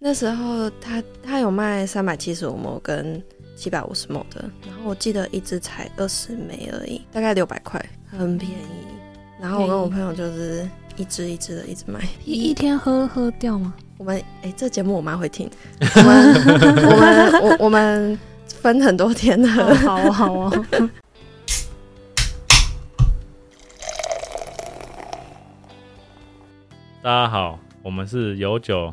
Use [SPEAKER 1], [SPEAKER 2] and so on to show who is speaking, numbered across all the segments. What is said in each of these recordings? [SPEAKER 1] 那时候他他有卖三百七十五毛跟七百五十毛的，然后我记得一支才二十枚而已，大概六百块，很便宜。然后我跟我朋友就是一支一支的 一直买。
[SPEAKER 2] 一一天喝喝掉吗？
[SPEAKER 1] 我们哎、这节目我妈会听，我们我们我我们分很多天的，
[SPEAKER 2] 哦好哦，好 哦。
[SPEAKER 3] 大家好，我们是有酒，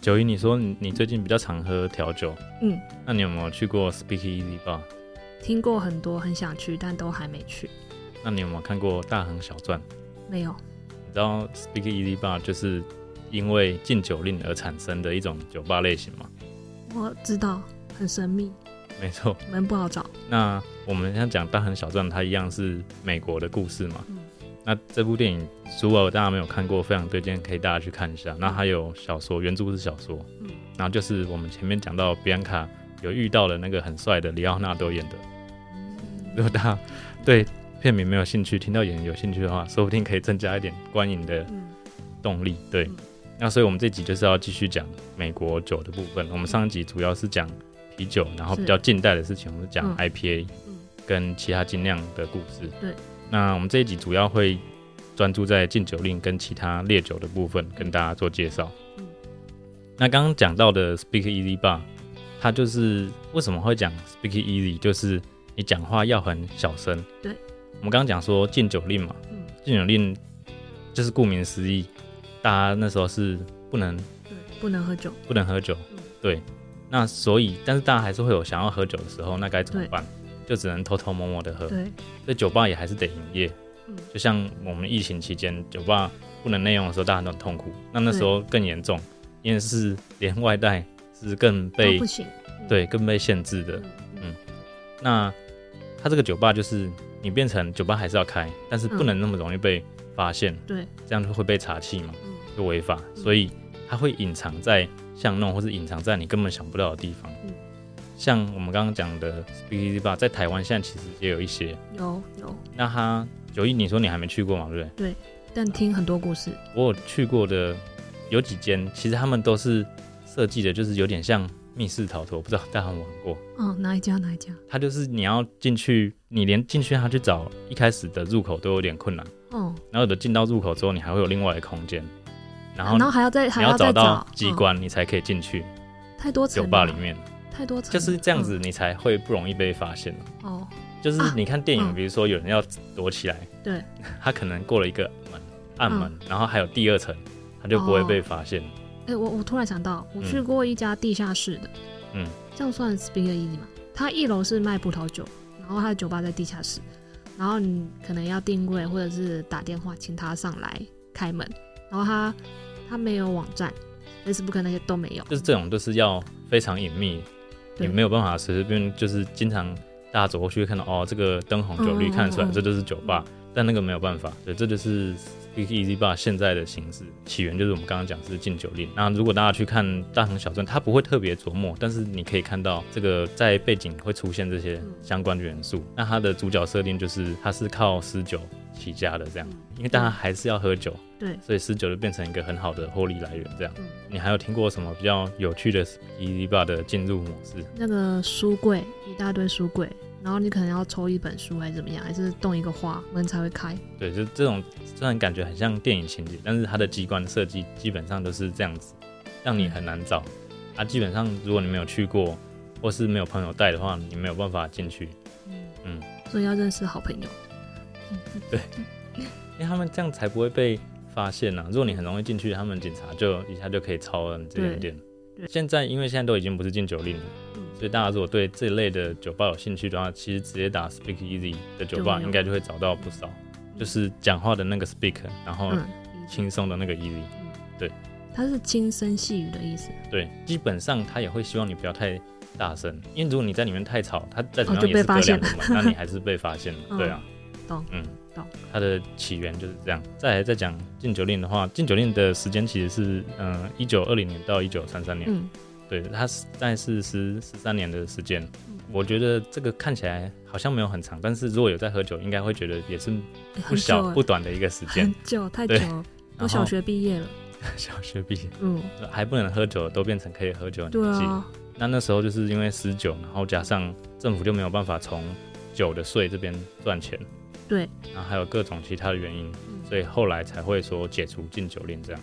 [SPEAKER 3] 九一，你说你你最近比较常喝调酒，
[SPEAKER 1] 嗯，
[SPEAKER 3] 那你有没有去过 Speakeasy Bar？
[SPEAKER 2] 听过很多，很想去，但都还没去。
[SPEAKER 3] 那你有没有看过《大亨小传》？
[SPEAKER 2] 没有，
[SPEAKER 3] 你知道 Speakeasy Bar 就是因为禁酒令而产生的一种酒吧类型吗？
[SPEAKER 2] 我知道，很神秘，
[SPEAKER 3] 没错，
[SPEAKER 2] 门不好找。
[SPEAKER 3] 那我们像讲《大亨小传》，它一样是美国的故事嘛。
[SPEAKER 2] 嗯
[SPEAKER 3] 那这部电影，如果大家没有看过，非常推荐，可以大家去看一下。那还有小说，原著是小说，
[SPEAKER 2] 嗯
[SPEAKER 3] 然后就是我们前面讲到比安卡有遇到了那个很帅的里奥纳多演的。
[SPEAKER 2] 嗯
[SPEAKER 3] 如果大家对片名没有兴趣，听到演员有兴趣的话，说不定可以增加一点观影的
[SPEAKER 2] 嗯，
[SPEAKER 3] 动力。对，
[SPEAKER 2] 嗯
[SPEAKER 3] 那所以我们这集就是要继续讲美国酒的部分。我们上一集主要是讲啤酒，然后比较近代的事情，我们是讲
[SPEAKER 2] 嗯
[SPEAKER 3] IPA
[SPEAKER 2] 嗯
[SPEAKER 3] 跟其他精酿的故事。
[SPEAKER 2] 对，
[SPEAKER 3] 那我们这一集主要会专注在禁酒令跟其他烈酒的部分跟大家做介绍。
[SPEAKER 2] 嗯
[SPEAKER 3] 那刚刚讲到的 Speak Easy Bar，它就是为什么会讲 Speak Easy，就是你讲话要很小声。
[SPEAKER 2] 对，
[SPEAKER 3] 我们刚刚讲说禁酒令嘛，
[SPEAKER 2] 嗯
[SPEAKER 3] 禁酒令就是顾名思义，大家那时候是不能
[SPEAKER 2] 对，不能喝酒。
[SPEAKER 3] 不能喝酒，
[SPEAKER 2] 嗯
[SPEAKER 3] 对。那所以，但是大家还是会有想要喝酒的时候，那该怎么
[SPEAKER 2] 对
[SPEAKER 3] 办？就只能偷偷摸摸的喝。
[SPEAKER 2] 对，
[SPEAKER 3] 所以酒吧也还是得营业。
[SPEAKER 2] 嗯
[SPEAKER 3] 就像我们疫情期间，酒吧不能内用的时候，大家都很痛苦。那那时候更严重，因为是连外带是更
[SPEAKER 2] 都
[SPEAKER 3] 被
[SPEAKER 2] 不行。
[SPEAKER 3] 对更被限制的。
[SPEAKER 2] 嗯
[SPEAKER 3] 那它这个酒吧就是你变成酒吧还是要开，但是不
[SPEAKER 2] 嗯
[SPEAKER 3] 能那么容易被发现，
[SPEAKER 2] 对，
[SPEAKER 3] 这样就会被查气嘛，
[SPEAKER 2] 嗯
[SPEAKER 3] 就违法。
[SPEAKER 2] 嗯
[SPEAKER 3] 所以它会隐藏在巷弄，或是隐藏在你根本想不到的地方
[SPEAKER 2] 嗯。
[SPEAKER 3] 像我们刚刚讲的 Speakeasy Bar，在台湾现在其实也有一些。
[SPEAKER 2] 嗯有有，
[SPEAKER 3] 那它九一，你说你还没去过嘛？对不对？
[SPEAKER 2] 但听很多故事。
[SPEAKER 3] 我有去过的有几间，其实他们都是设计的，就是有点像密室逃脱，不知道大家有没有玩过？
[SPEAKER 2] 嗯，哪一家哪一家？
[SPEAKER 3] 它就是你要进去，你连进去它去找一开始的入口都有点困难，
[SPEAKER 2] 哦，
[SPEAKER 3] 然后有的进到入口之后，你还会有另外的空间，然后
[SPEAKER 2] 然后还要再还
[SPEAKER 3] 你要
[SPEAKER 2] 再
[SPEAKER 3] 找
[SPEAKER 2] 找
[SPEAKER 3] 到机，关，你才可以进去
[SPEAKER 2] 嗯太多层
[SPEAKER 3] 酒
[SPEAKER 2] 了
[SPEAKER 3] 吧里，面，
[SPEAKER 2] 太多层了
[SPEAKER 3] 就是这样子，你才会不容易被发现。啊
[SPEAKER 2] 嗯哦，
[SPEAKER 3] 就是
[SPEAKER 2] 啊
[SPEAKER 3] 你看电影，
[SPEAKER 2] 嗯
[SPEAKER 3] 比如说有人要躲起来，
[SPEAKER 2] 对，
[SPEAKER 3] 他可能过了一个门暗门，然后还有第二层，他就不会被发现。
[SPEAKER 2] 哎，我我突然想到，我去
[SPEAKER 3] 嗯
[SPEAKER 2] 过一家地下室的，
[SPEAKER 3] 嗯，
[SPEAKER 2] 这样算 Speak Easy 吗？它一楼是卖葡萄酒，然后它的酒吧在地下室，然后你可能要定位或者是打电话请他上来开门，然后他他没有网站，Facebook 那些都没有，
[SPEAKER 3] 就是这种就是要非常隐秘，
[SPEAKER 2] 对
[SPEAKER 3] 你没有办法随随便便就是经常大家走过去会看到哦，这个灯红酒绿
[SPEAKER 2] 嗯嗯
[SPEAKER 3] 看得出来
[SPEAKER 2] 嗯
[SPEAKER 3] 这就是酒吧，但那个没有办法，对，这就是 Speakeasy Bar 现在的形式起源，就是我们刚刚讲是禁酒令。那如果大家去看《大亨小传》，它不会特别琢磨，但是你可以看到这个在背景会出现这些
[SPEAKER 2] 嗯
[SPEAKER 3] 相关的元素。那它的主角设定就是它是靠私酒起家的这样
[SPEAKER 2] 嗯，
[SPEAKER 3] 因为大家还是要喝酒，
[SPEAKER 2] 对
[SPEAKER 3] 所以私酒就变成一个很好的获利来源这样。
[SPEAKER 2] 嗯
[SPEAKER 3] 你还有听过什么比较有趣的 Speakeasy Bar 的进入模式？
[SPEAKER 2] 那个书柜一大堆书柜，然后你可能要抽一本书还是怎么样，还是动一个花门才会开，
[SPEAKER 3] 对，就这种虽然感觉很像电影情节，但是它的机关设计基本上都是这样子，让
[SPEAKER 2] 嗯
[SPEAKER 3] 你很难找。啊，基本上如果你没有去过，或是没有朋友带的话，你没有办法进去，嗯
[SPEAKER 2] 所以要认识好朋友。
[SPEAKER 3] 因为他们这样才不会被发现啊。如果你很容易进去，他们警察就一下就可以抄了你这间店
[SPEAKER 2] 对。对
[SPEAKER 3] 现在因为现在都已经不是禁酒令了，
[SPEAKER 2] 嗯
[SPEAKER 3] 所以大家如果对这类的酒吧有兴趣的话，其实直接打 Speak Easy 的酒
[SPEAKER 2] 就
[SPEAKER 3] 吧，
[SPEAKER 2] 有
[SPEAKER 3] 应该就会找到不少，就是讲话的那个 Speak，然后
[SPEAKER 2] 嗯，
[SPEAKER 3] 哦轻松的那个 easy。
[SPEAKER 2] 它是轻声细语的意思，
[SPEAKER 3] 对，基本上他也会希望你不要太大声，因为如果你在里面太吵，他再怎
[SPEAKER 2] 哦
[SPEAKER 3] 么
[SPEAKER 2] 就
[SPEAKER 3] 样
[SPEAKER 2] 被
[SPEAKER 3] 也是
[SPEAKER 2] 发
[SPEAKER 3] 隔
[SPEAKER 2] 现
[SPEAKER 3] 两个门， 那你还是被发现了。对啊，
[SPEAKER 2] 懂
[SPEAKER 3] 嗯，
[SPEAKER 2] 懂。
[SPEAKER 3] 它的起源就是这样。再来再讲禁酒令的话，禁酒令的时间其实是嗯一九二零年到一九三三年，
[SPEAKER 2] 嗯，
[SPEAKER 3] 对，它是但是十十三年的时间
[SPEAKER 2] 嗯。
[SPEAKER 3] 我觉得这个看起来好像没有很长，但是如果有在喝酒，应该会觉得也是不
[SPEAKER 2] 很久
[SPEAKER 3] 小
[SPEAKER 2] 欸
[SPEAKER 3] 不短的一个时间
[SPEAKER 2] 很。久太久
[SPEAKER 3] 对
[SPEAKER 2] 了，我
[SPEAKER 3] 然
[SPEAKER 2] 小
[SPEAKER 3] 后
[SPEAKER 2] 学毕业了，
[SPEAKER 3] 小学毕业
[SPEAKER 2] 嗯，
[SPEAKER 3] 还不能喝酒，都变成可以喝酒的
[SPEAKER 2] 对
[SPEAKER 3] 年纪。
[SPEAKER 2] 啊，
[SPEAKER 3] 那那时候就是因为私酒，然后加上政府就没有办法从酒的税这边赚钱，
[SPEAKER 2] 对，
[SPEAKER 3] 然后还有各种其他的原因，
[SPEAKER 2] 嗯
[SPEAKER 3] 所以后来才会说解除禁酒令这样。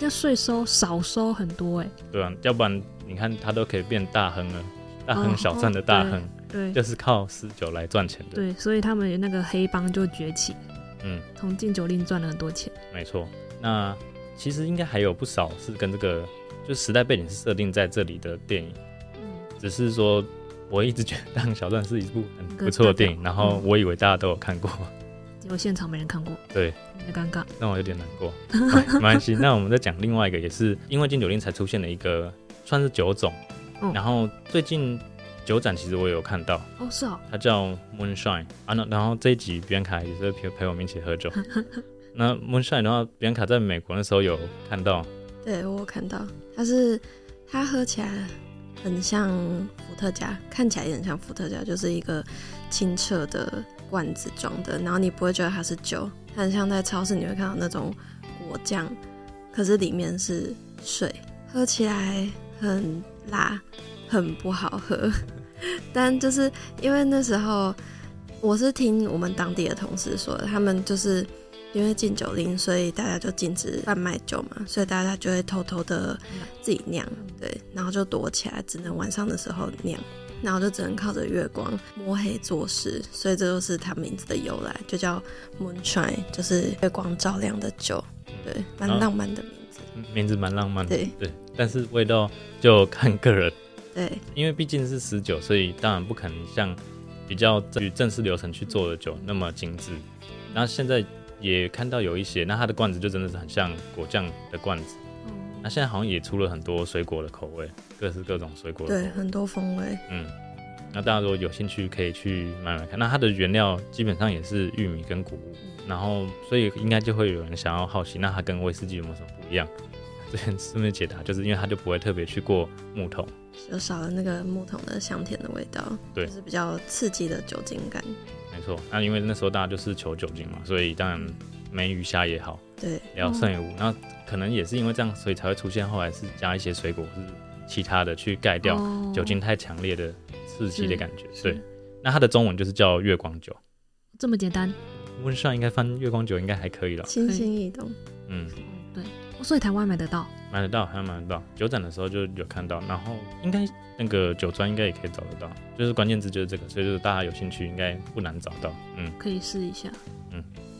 [SPEAKER 2] 这税收少收很多哎，
[SPEAKER 3] 对啊，要不然你看他都可以变大亨了，大亨
[SPEAKER 2] 哦
[SPEAKER 3] 小赚的大亨，
[SPEAKER 2] 对
[SPEAKER 3] 就是靠私酒来赚钱的。
[SPEAKER 2] 对，所以他们那个黑帮就崛起，
[SPEAKER 3] 嗯，
[SPEAKER 2] 从禁酒令赚了很多钱，
[SPEAKER 3] 没错。那其实应该还有不少是跟这个就时代背景是设定在这里的电影，
[SPEAKER 2] 嗯，
[SPEAKER 3] 只是说我一直觉得《大亨小传》是一部很不错的电影，
[SPEAKER 2] 嗯
[SPEAKER 3] 然后我以为大家都有看过。
[SPEAKER 2] 结果现场没人看过，
[SPEAKER 3] 对，
[SPEAKER 2] 有点尴尬，
[SPEAKER 3] 让我有点难过。 没关系，那我们再讲另外一个，也是因为禁酒令才出现的一个，算是酒种。
[SPEAKER 2] 嗯
[SPEAKER 3] 然后最近酒展其实我也有看到，
[SPEAKER 2] 哦是哦，
[SPEAKER 3] 它叫 Moonshine 啊。那然后这一集比安卡也是陪陪我们一起喝酒。那 Moonshine 的话，比安卡在美国那时候有看到，
[SPEAKER 1] 对我有看到，它是它喝起来很像伏特加，看起来也很像伏特加，就是一个清澈的罐子装的，然后你不会觉得它是酒，它很像在超市你会看到那种果酱，可是里面是水，喝起来很辣，很不好喝。 但就是因为那时候我是听我们当地的同事说的，他们就是因为禁酒令，所以大家就禁止贩卖酒嘛，所以大家就会偷偷的自己酿，对，然后就躲起来，只能晚上的时候酿，然后就只能靠着月光摸黑做事，所以这就是它名字的由来，就叫 moonshine，就是月光照亮的酒，对，蛮
[SPEAKER 3] 啊
[SPEAKER 1] 浪漫的名字，
[SPEAKER 3] 嗯名字蛮浪漫的，
[SPEAKER 1] 对
[SPEAKER 3] 对，但是味道就看个人，
[SPEAKER 1] 对，
[SPEAKER 3] 因为毕竟是十九，所以当然不可能像比较正正式流程去做的酒那么精致。然后现在也看到有一些，那它的罐子就真的是很像果酱的罐子。那
[SPEAKER 2] 嗯，
[SPEAKER 3] 现在好像也出了很多水果的口味，各式各种水果的
[SPEAKER 1] 对，
[SPEAKER 3] 口味。
[SPEAKER 1] 很多风味，
[SPEAKER 3] 嗯，那大家如果有兴趣可以去买买看。那它的原料基本上也是玉米跟谷物，然后所以应该就会有人想要好奇，那它跟威士忌有没有什么不一样？这边顺便解答，就是因为它就不会特别去过木桶。
[SPEAKER 1] 就少了那个木桶的香甜的味道，
[SPEAKER 3] 对
[SPEAKER 1] 就是比较刺激的酒精感，
[SPEAKER 3] 没错，那因为那时候大家就是求酒精嘛，所以当然梅鱼虾也好，
[SPEAKER 1] 对，
[SPEAKER 3] 聊胜于无。那可能也是因为这样，所以才会出现后来是加一些水果或是其他的去盖掉、
[SPEAKER 2] 哦
[SPEAKER 3] 酒精太强烈的刺激的感觉。
[SPEAKER 2] 是
[SPEAKER 3] 对，那它的中文就是叫月光酒，
[SPEAKER 2] 这么简单，
[SPEAKER 3] 温上应该翻月光酒应该还可以了。
[SPEAKER 1] 清新易懂。
[SPEAKER 3] 嗯，
[SPEAKER 2] 嗯对，哦所以台湾买得到，
[SPEAKER 3] 买得到，还买得到。酒展的时候就有看到，然后应该那个酒庄应该也可以找得到，就是关键字就是这个，所以就是大家有兴趣应该不难找到。嗯。
[SPEAKER 2] 可以试一下，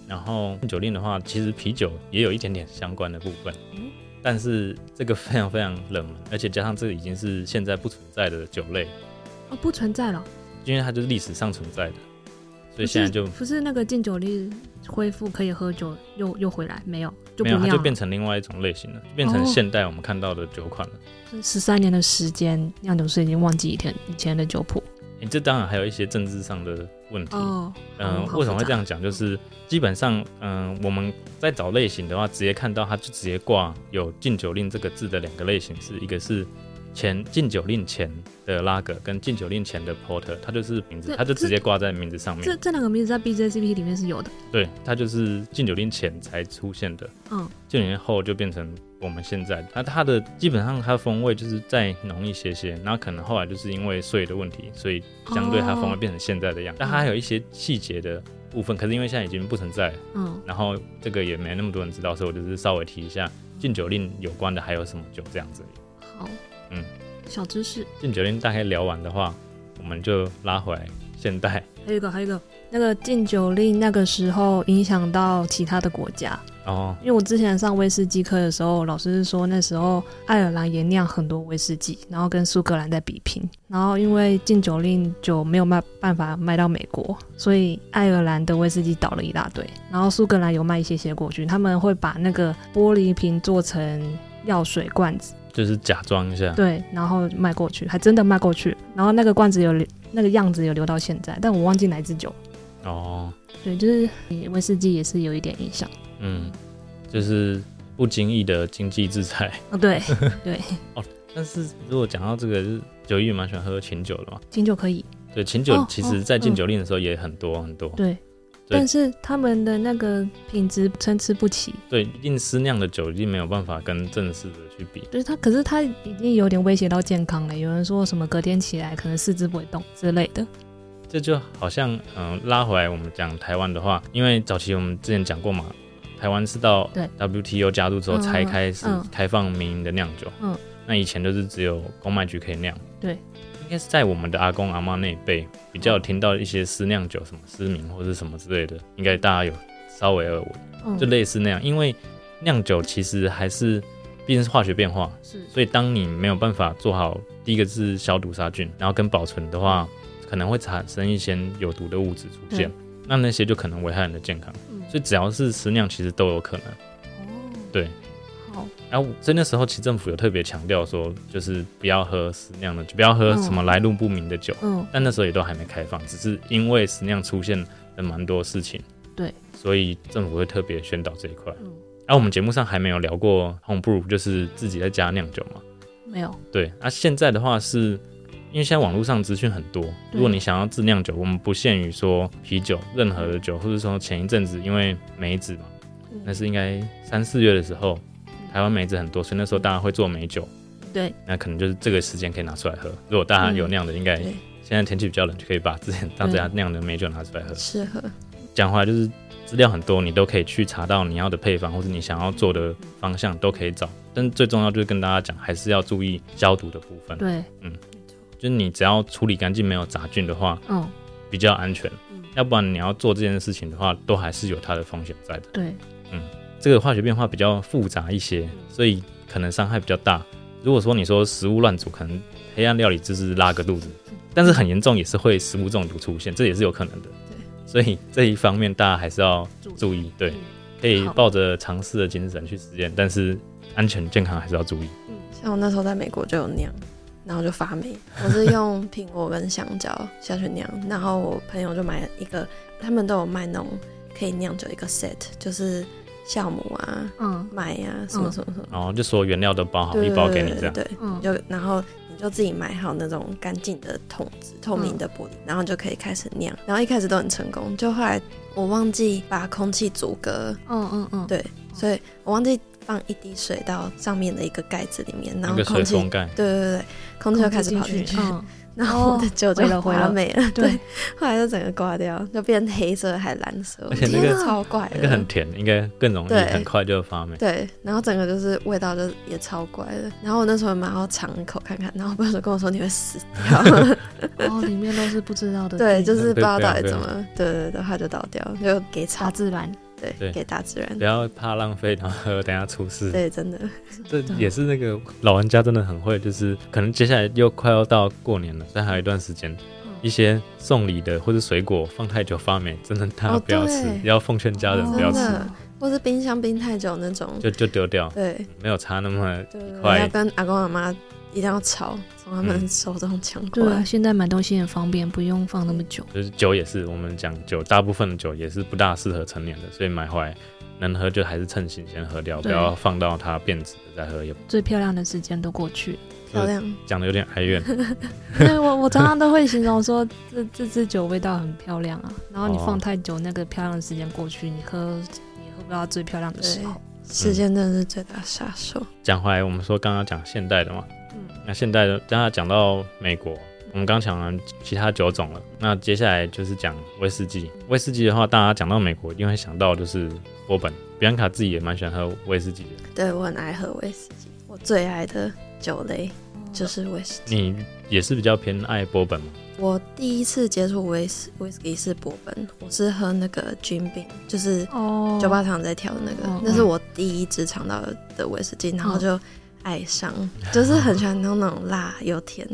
[SPEAKER 3] 然后禁酒令的话，其实啤酒也有一点点相关的部分，
[SPEAKER 2] 嗯
[SPEAKER 3] 但是这个非常非常冷门，而且加上这已经是现在不存在的酒类，
[SPEAKER 2] 哦不存在了，
[SPEAKER 3] 因为它就是历史上存在的，所
[SPEAKER 2] 不
[SPEAKER 3] 以现在
[SPEAKER 2] 是
[SPEAKER 3] 就
[SPEAKER 2] 不是那个禁酒令恢复可以喝酒又又回来没有，就不
[SPEAKER 3] 没有，它
[SPEAKER 2] 酿哦
[SPEAKER 3] 就
[SPEAKER 2] 了
[SPEAKER 3] 变成另外一种类型了，就变成现代我们看到的酒款了。
[SPEAKER 2] 十三年的时间，酿酒师已经忘记以前以前的酒谱
[SPEAKER 3] 诶这当然还有一些政治上的问题，
[SPEAKER 2] 哦。
[SPEAKER 3] 嗯、
[SPEAKER 2] 好
[SPEAKER 3] 为什
[SPEAKER 2] 复
[SPEAKER 3] 么会
[SPEAKER 2] 杂
[SPEAKER 3] 这样讲？就是基本上，嗯、我们在找类型的话，直接看到它就直接挂有禁酒令这个字的两个类型是，一个是前禁酒令前的拉格跟禁酒令前的 porter，它就是名字，
[SPEAKER 2] 这
[SPEAKER 3] 它就直接挂在名字上
[SPEAKER 2] 这
[SPEAKER 3] 面。
[SPEAKER 2] 这两个名字在 BJCP 里面是有的，
[SPEAKER 3] 对，它就是禁酒令前才出现的，
[SPEAKER 2] 嗯，
[SPEAKER 3] 禁酒令后就变成我们现在。那它的基本上它的风味就是再浓一些些，然后可能后来就是因为税的问题，所以相对它风
[SPEAKER 2] 哦
[SPEAKER 3] 味变成现在的样子。但它还有一些细节的部分，可是因为现在已经不存在了。
[SPEAKER 2] 嗯，
[SPEAKER 3] 然后这个也没那么多人知道，所以我就是稍微提一下禁酒令有关的还有什么酒这样子。
[SPEAKER 2] 好，
[SPEAKER 3] 嗯，
[SPEAKER 2] 小知识，
[SPEAKER 3] 禁酒令大概聊完的话，我们就拉回来现代。
[SPEAKER 2] 还有一个，还有一个，那个禁酒令那个时候影响到其他的国家，
[SPEAKER 3] 哦，
[SPEAKER 2] 因为我之前上威士忌课的时候，老师是说那时候爱尔兰也酿很多威士忌，然后跟苏格兰在比拼。然后因为禁酒令酒没有卖办法卖到美国，所以爱尔兰的威士忌倒了一大堆。然后苏格兰有卖一些些过去，他们会把那个玻璃瓶做成药水罐子，
[SPEAKER 3] 就是假装一下，
[SPEAKER 2] 对，然后卖过去，还真的卖过去。然后那个罐子有留那个样子有留到现在，但我忘记哪一支酒。
[SPEAKER 3] 哦，
[SPEAKER 2] 对，就是威士忌也是有一点影响。
[SPEAKER 3] 嗯，就是不经意的经济制裁。
[SPEAKER 2] 哦，对，
[SPEAKER 3] 但是如果讲到这个，就是九一蛮喜欢喝琴酒的嘛，
[SPEAKER 2] 清酒可以，
[SPEAKER 3] 对，琴酒
[SPEAKER 2] 哦
[SPEAKER 3] 其实在禁酒令的时候也很多很多，
[SPEAKER 2] 对，但是他们的那个品质参差不齐，
[SPEAKER 3] 对，一定私酿的酒一定没有办法跟正式的去比，
[SPEAKER 2] 就是它，可是它已经有点威胁到健康了。有人说什么隔天起来可能四肢不会动之类的，
[SPEAKER 3] 这就好像嗯、拉回来我们讲台湾的话，因为早期我们之前讲过嘛，台湾是到
[SPEAKER 2] 对
[SPEAKER 3] WTO 加入之后
[SPEAKER 2] 嗯
[SPEAKER 3] 才开始
[SPEAKER 2] 嗯
[SPEAKER 3] 开放民营的酿酒，
[SPEAKER 2] 嗯，
[SPEAKER 3] 那以前都是只有公卖局可以酿，
[SPEAKER 2] 对，
[SPEAKER 3] 应该是在我们的阿公阿妈那一辈比较有听到一些私酿酒，什么私名或是什么之类的，应该大家有稍微耳闻。
[SPEAKER 2] 嗯，
[SPEAKER 3] 就类似那样，因为酿酒其实还是毕竟是化学变化，
[SPEAKER 2] 嗯是
[SPEAKER 3] 所以当你没有办法做好第一个是消毒杀菌，然后跟保存的话，可能会产生一些有毒的物质出现
[SPEAKER 2] 对，
[SPEAKER 3] 那那些就可能危害人的健康。
[SPEAKER 2] 嗯
[SPEAKER 3] 所以只要是食酿，其实都有可能。
[SPEAKER 2] 哦，
[SPEAKER 3] 对，
[SPEAKER 2] 好，
[SPEAKER 3] 然后所以那时候其实政府有特别强调说，就是不要喝食酿的酒，不要喝什么来路不明的酒。
[SPEAKER 2] 嗯，
[SPEAKER 3] 但那时候也都还没开放，只是因为食酿出现了蛮多事情，
[SPEAKER 2] 对，
[SPEAKER 3] 所以政府会特别宣导这一块。
[SPEAKER 2] 嗯
[SPEAKER 3] 啊，我们节目上还没有聊过 homebrew，就是自己在家酿酒嘛。
[SPEAKER 2] 没有，
[SPEAKER 3] 对，啊，现在的话是因为现在网络上资讯很多，如果你想要自酿酒，我们不限于说啤酒，任何的酒，或者说前一阵子因为梅子嘛，
[SPEAKER 1] 嗯
[SPEAKER 3] 那是应该三四月的时候，台湾梅子很多，所以那时候大家会做梅酒。
[SPEAKER 2] 对，
[SPEAKER 3] 那可能就是这个时间可以拿出来喝。如果大家有酿的，应该
[SPEAKER 1] 对
[SPEAKER 3] 现在天气比较冷，就可以把之前大家酿的梅酒拿出来喝。
[SPEAKER 1] 适合
[SPEAKER 3] 讲回来就是资料很多，你都可以去查到你要的配方或者你想要做的方向都可以找。但最重要就是跟大家讲，还是要注意消毒的部分。
[SPEAKER 2] 对，
[SPEAKER 3] 就是你只要处理干净，没有杂菌的话，
[SPEAKER 2] 嗯，
[SPEAKER 3] 比较安全
[SPEAKER 2] 嗯。
[SPEAKER 3] 要不然你要做这件事情的话，都还是有它的风险在的。
[SPEAKER 2] 对，
[SPEAKER 3] 这个化学变化比较复杂一些，
[SPEAKER 1] 嗯
[SPEAKER 3] 所以可能伤害比较大。如果说你说食物乱煮，可能黑暗料理就是拉个 肚子，但是很严重也是会食物中毒出现，这也是有可能的。对，所以这一方面大家还是要注意，对
[SPEAKER 2] 嗯，
[SPEAKER 3] 可以
[SPEAKER 2] 好
[SPEAKER 3] 抱着尝试的精神去实验，但是安全健康还是要注意。
[SPEAKER 1] 像我那时候在美国就有酿，然后就发霉。我是用苹果跟香蕉下去酿，然后我朋友就买了一个，他们都有卖那种可以酿酒一个 set，就是酵母啊、
[SPEAKER 2] 嗯
[SPEAKER 1] 麦啊什么什么什么，
[SPEAKER 3] 然后哦就所有原料都包好
[SPEAKER 1] 对
[SPEAKER 3] 哦一包给你
[SPEAKER 1] 对
[SPEAKER 3] 这样，
[SPEAKER 1] 对，
[SPEAKER 2] 嗯，
[SPEAKER 1] 就然后你就自己买好那种干净的桶子，透明的玻璃，然后你就可以开始酿。然后一开始都很成功，就后来我忘记把空气阻隔，
[SPEAKER 2] 嗯嗯嗯，
[SPEAKER 1] 对，所以我忘记放一滴水到上面的一个盖子里面，然
[SPEAKER 3] 那
[SPEAKER 1] 后
[SPEAKER 3] 个
[SPEAKER 1] 空
[SPEAKER 3] 水
[SPEAKER 1] 气
[SPEAKER 3] 封盖，
[SPEAKER 1] 对对对对，空气就开始跑进去，
[SPEAKER 2] 嗯，
[SPEAKER 1] 然后我的酒就
[SPEAKER 2] 毁了毁了
[SPEAKER 1] 发霉了，
[SPEAKER 2] 对
[SPEAKER 1] 对，，后来就整个刮掉，就变黑色还蓝色，
[SPEAKER 3] 而且那个
[SPEAKER 1] 我觉得超怪的，
[SPEAKER 3] 那个很甜，应该更容易
[SPEAKER 1] 对
[SPEAKER 3] 很快就发霉。
[SPEAKER 1] 对，然后整个就是味道就是也超怪的，然后我那时候蛮好尝一口看看，然后我朋友跟我说你会死掉，
[SPEAKER 2] 然哦后里面都是不知道的，
[SPEAKER 1] 对，就是不知道
[SPEAKER 3] 嗯对对
[SPEAKER 1] 到底
[SPEAKER 3] 对
[SPEAKER 1] 怎么，对对对，它就倒掉，就嗯给
[SPEAKER 2] 大
[SPEAKER 1] 草，
[SPEAKER 2] 自然，
[SPEAKER 3] 对啊
[SPEAKER 1] 对，给大自然
[SPEAKER 3] 不，要怕浪费，然后喝，等一下出事。
[SPEAKER 1] 对，真的，
[SPEAKER 3] 这也是那个老人家真的很会，就是可能接下来又快要到过年了，所以还有一段时间，
[SPEAKER 1] 嗯
[SPEAKER 3] 一些送礼的或者水果放太久发霉，真的大家
[SPEAKER 1] 哦
[SPEAKER 3] 不要
[SPEAKER 1] 对
[SPEAKER 3] 吃，
[SPEAKER 1] 哦
[SPEAKER 3] 也要奉劝家人不要吃，
[SPEAKER 1] 真的或是冰箱冰太久那种，
[SPEAKER 3] 就就丢掉，
[SPEAKER 1] 对，
[SPEAKER 3] 没有差那么
[SPEAKER 1] 对
[SPEAKER 3] 一
[SPEAKER 1] 对对，要
[SPEAKER 3] 块。
[SPEAKER 1] 跟阿公阿妈一定要吵，从他们
[SPEAKER 3] 嗯
[SPEAKER 1] 手中抢过
[SPEAKER 2] 对
[SPEAKER 1] 来
[SPEAKER 2] 啊，，现在买东西很方便，不用放那么久。
[SPEAKER 3] 就是酒也是，我们讲酒，大部分的酒也是不大适合成年的，所以买回来能喝就还是趁新鲜喝掉，不
[SPEAKER 2] 对
[SPEAKER 3] 要放到它变质了再喝，也
[SPEAKER 2] 最漂亮的时间都过 去了。
[SPEAKER 1] 漂亮。
[SPEAKER 3] 讲的有点哀怨。
[SPEAKER 2] 对我，我常常都会形容说， 这这支酒味道很漂亮啊。然后你
[SPEAKER 3] 哦
[SPEAKER 2] 放太久，那个漂亮的时间过去，你喝你喝不到最漂亮的时候。
[SPEAKER 1] 时间真的是最大杀手。
[SPEAKER 3] 讲回来，我们说刚刚讲现代的嘛，
[SPEAKER 2] 嗯
[SPEAKER 3] 那现代的刚刚讲到美国，我们刚讲完其他九种了，那接下来就是讲威士忌。威士忌的话，大家讲到美国，一定会想到就是波本。比安卡自己也蛮喜欢喝威士忌的，
[SPEAKER 1] 对我很爱喝威士忌，我最爱的酒类就是威士忌。
[SPEAKER 3] 你也是比较偏爱波本嘛？
[SPEAKER 1] 我第一次接触威士威士忌是波本，我是喝那个军饼，就是
[SPEAKER 2] 哦
[SPEAKER 1] 酒吧常在调的那个，
[SPEAKER 2] 哦
[SPEAKER 1] 那是我第一支尝到的威士忌，然后就爱上，就是很喜欢那种那种辣又甜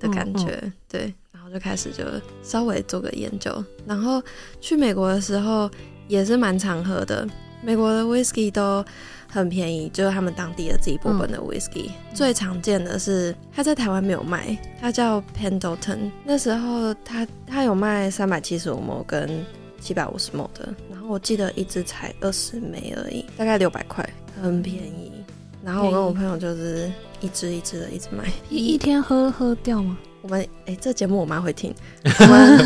[SPEAKER 1] 的感觉，对，然后就开始就稍微做个研究，然后去美国的时候也是蛮常喝的，美国的 whisky 都很便宜，就是他们当地的自己波本的 whisky，、最常见的是它在台湾没有卖，它叫 Pendleton，那时候它它有卖三百七十五毛跟七百五十毛的，然后我记得一支才二十枚而已，大概六百块，很便宜。然后我跟我朋友就是一支一支的一直买。
[SPEAKER 2] 一一天喝喝 掉吗？
[SPEAKER 1] 我们哎、这节目我妈会 听，我们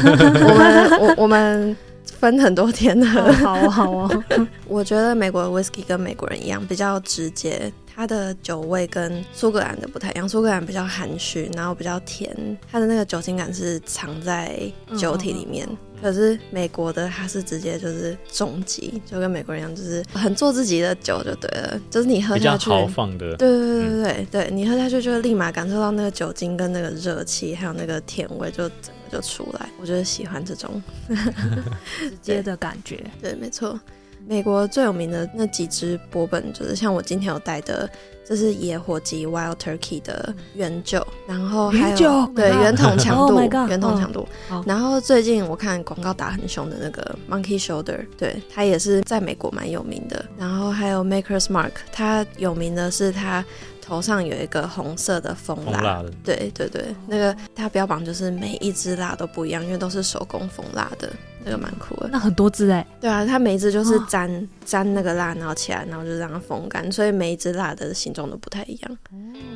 [SPEAKER 1] 我们我我们分很多天的。
[SPEAKER 2] 哦好哦，好哦，
[SPEAKER 1] 我觉得美国的 whisky 跟美国人一样，比较直接，它的酒味跟苏格兰的不太一样。苏格兰比较含蓄，然后比较甜，它的那个酒精感是藏在酒体里面。可是美国的它是直接就是重击，就跟美国人一样，就是很做自己的酒就对了，就是你喝
[SPEAKER 3] 比较
[SPEAKER 1] 下去，
[SPEAKER 3] 豪放
[SPEAKER 1] 对
[SPEAKER 3] 的，
[SPEAKER 1] 对对对对，对你喝下去就会立马感受到那个酒精跟那个热气，还有那个甜味，就整个就出来。我就是喜欢这种，
[SPEAKER 2] 直接的感觉。
[SPEAKER 1] 对，没错。美国最有名的那几支波本，就是像我今天有带的，这是野火鸡 （Wild Turkey） 的原酒，然后还有
[SPEAKER 2] 原酒
[SPEAKER 1] 对
[SPEAKER 2] Oh my god
[SPEAKER 1] 圆筒强度
[SPEAKER 2] Oh my god
[SPEAKER 1] 圆筒强度。
[SPEAKER 2] 嗯
[SPEAKER 1] 然后最近我看广告打很凶的那个 Monkey Shoulder，对，它也是在美国蛮有名的。然后还有 Maker's Mark，它有名的是它头上有一个红色的蜂
[SPEAKER 3] 红
[SPEAKER 1] 蜡，
[SPEAKER 3] 辣的，
[SPEAKER 1] 对对对，那个它标榜就是每一只蜡都不一样，因为都是手工缝蜡的，那个蛮酷的。
[SPEAKER 2] 那很多支哎，
[SPEAKER 1] 对啊，它每一只就是
[SPEAKER 2] 哦
[SPEAKER 1] 沾、沾那个蜡，然后起来，然后就让它风干，所以每一只蜡的形状都不太一样，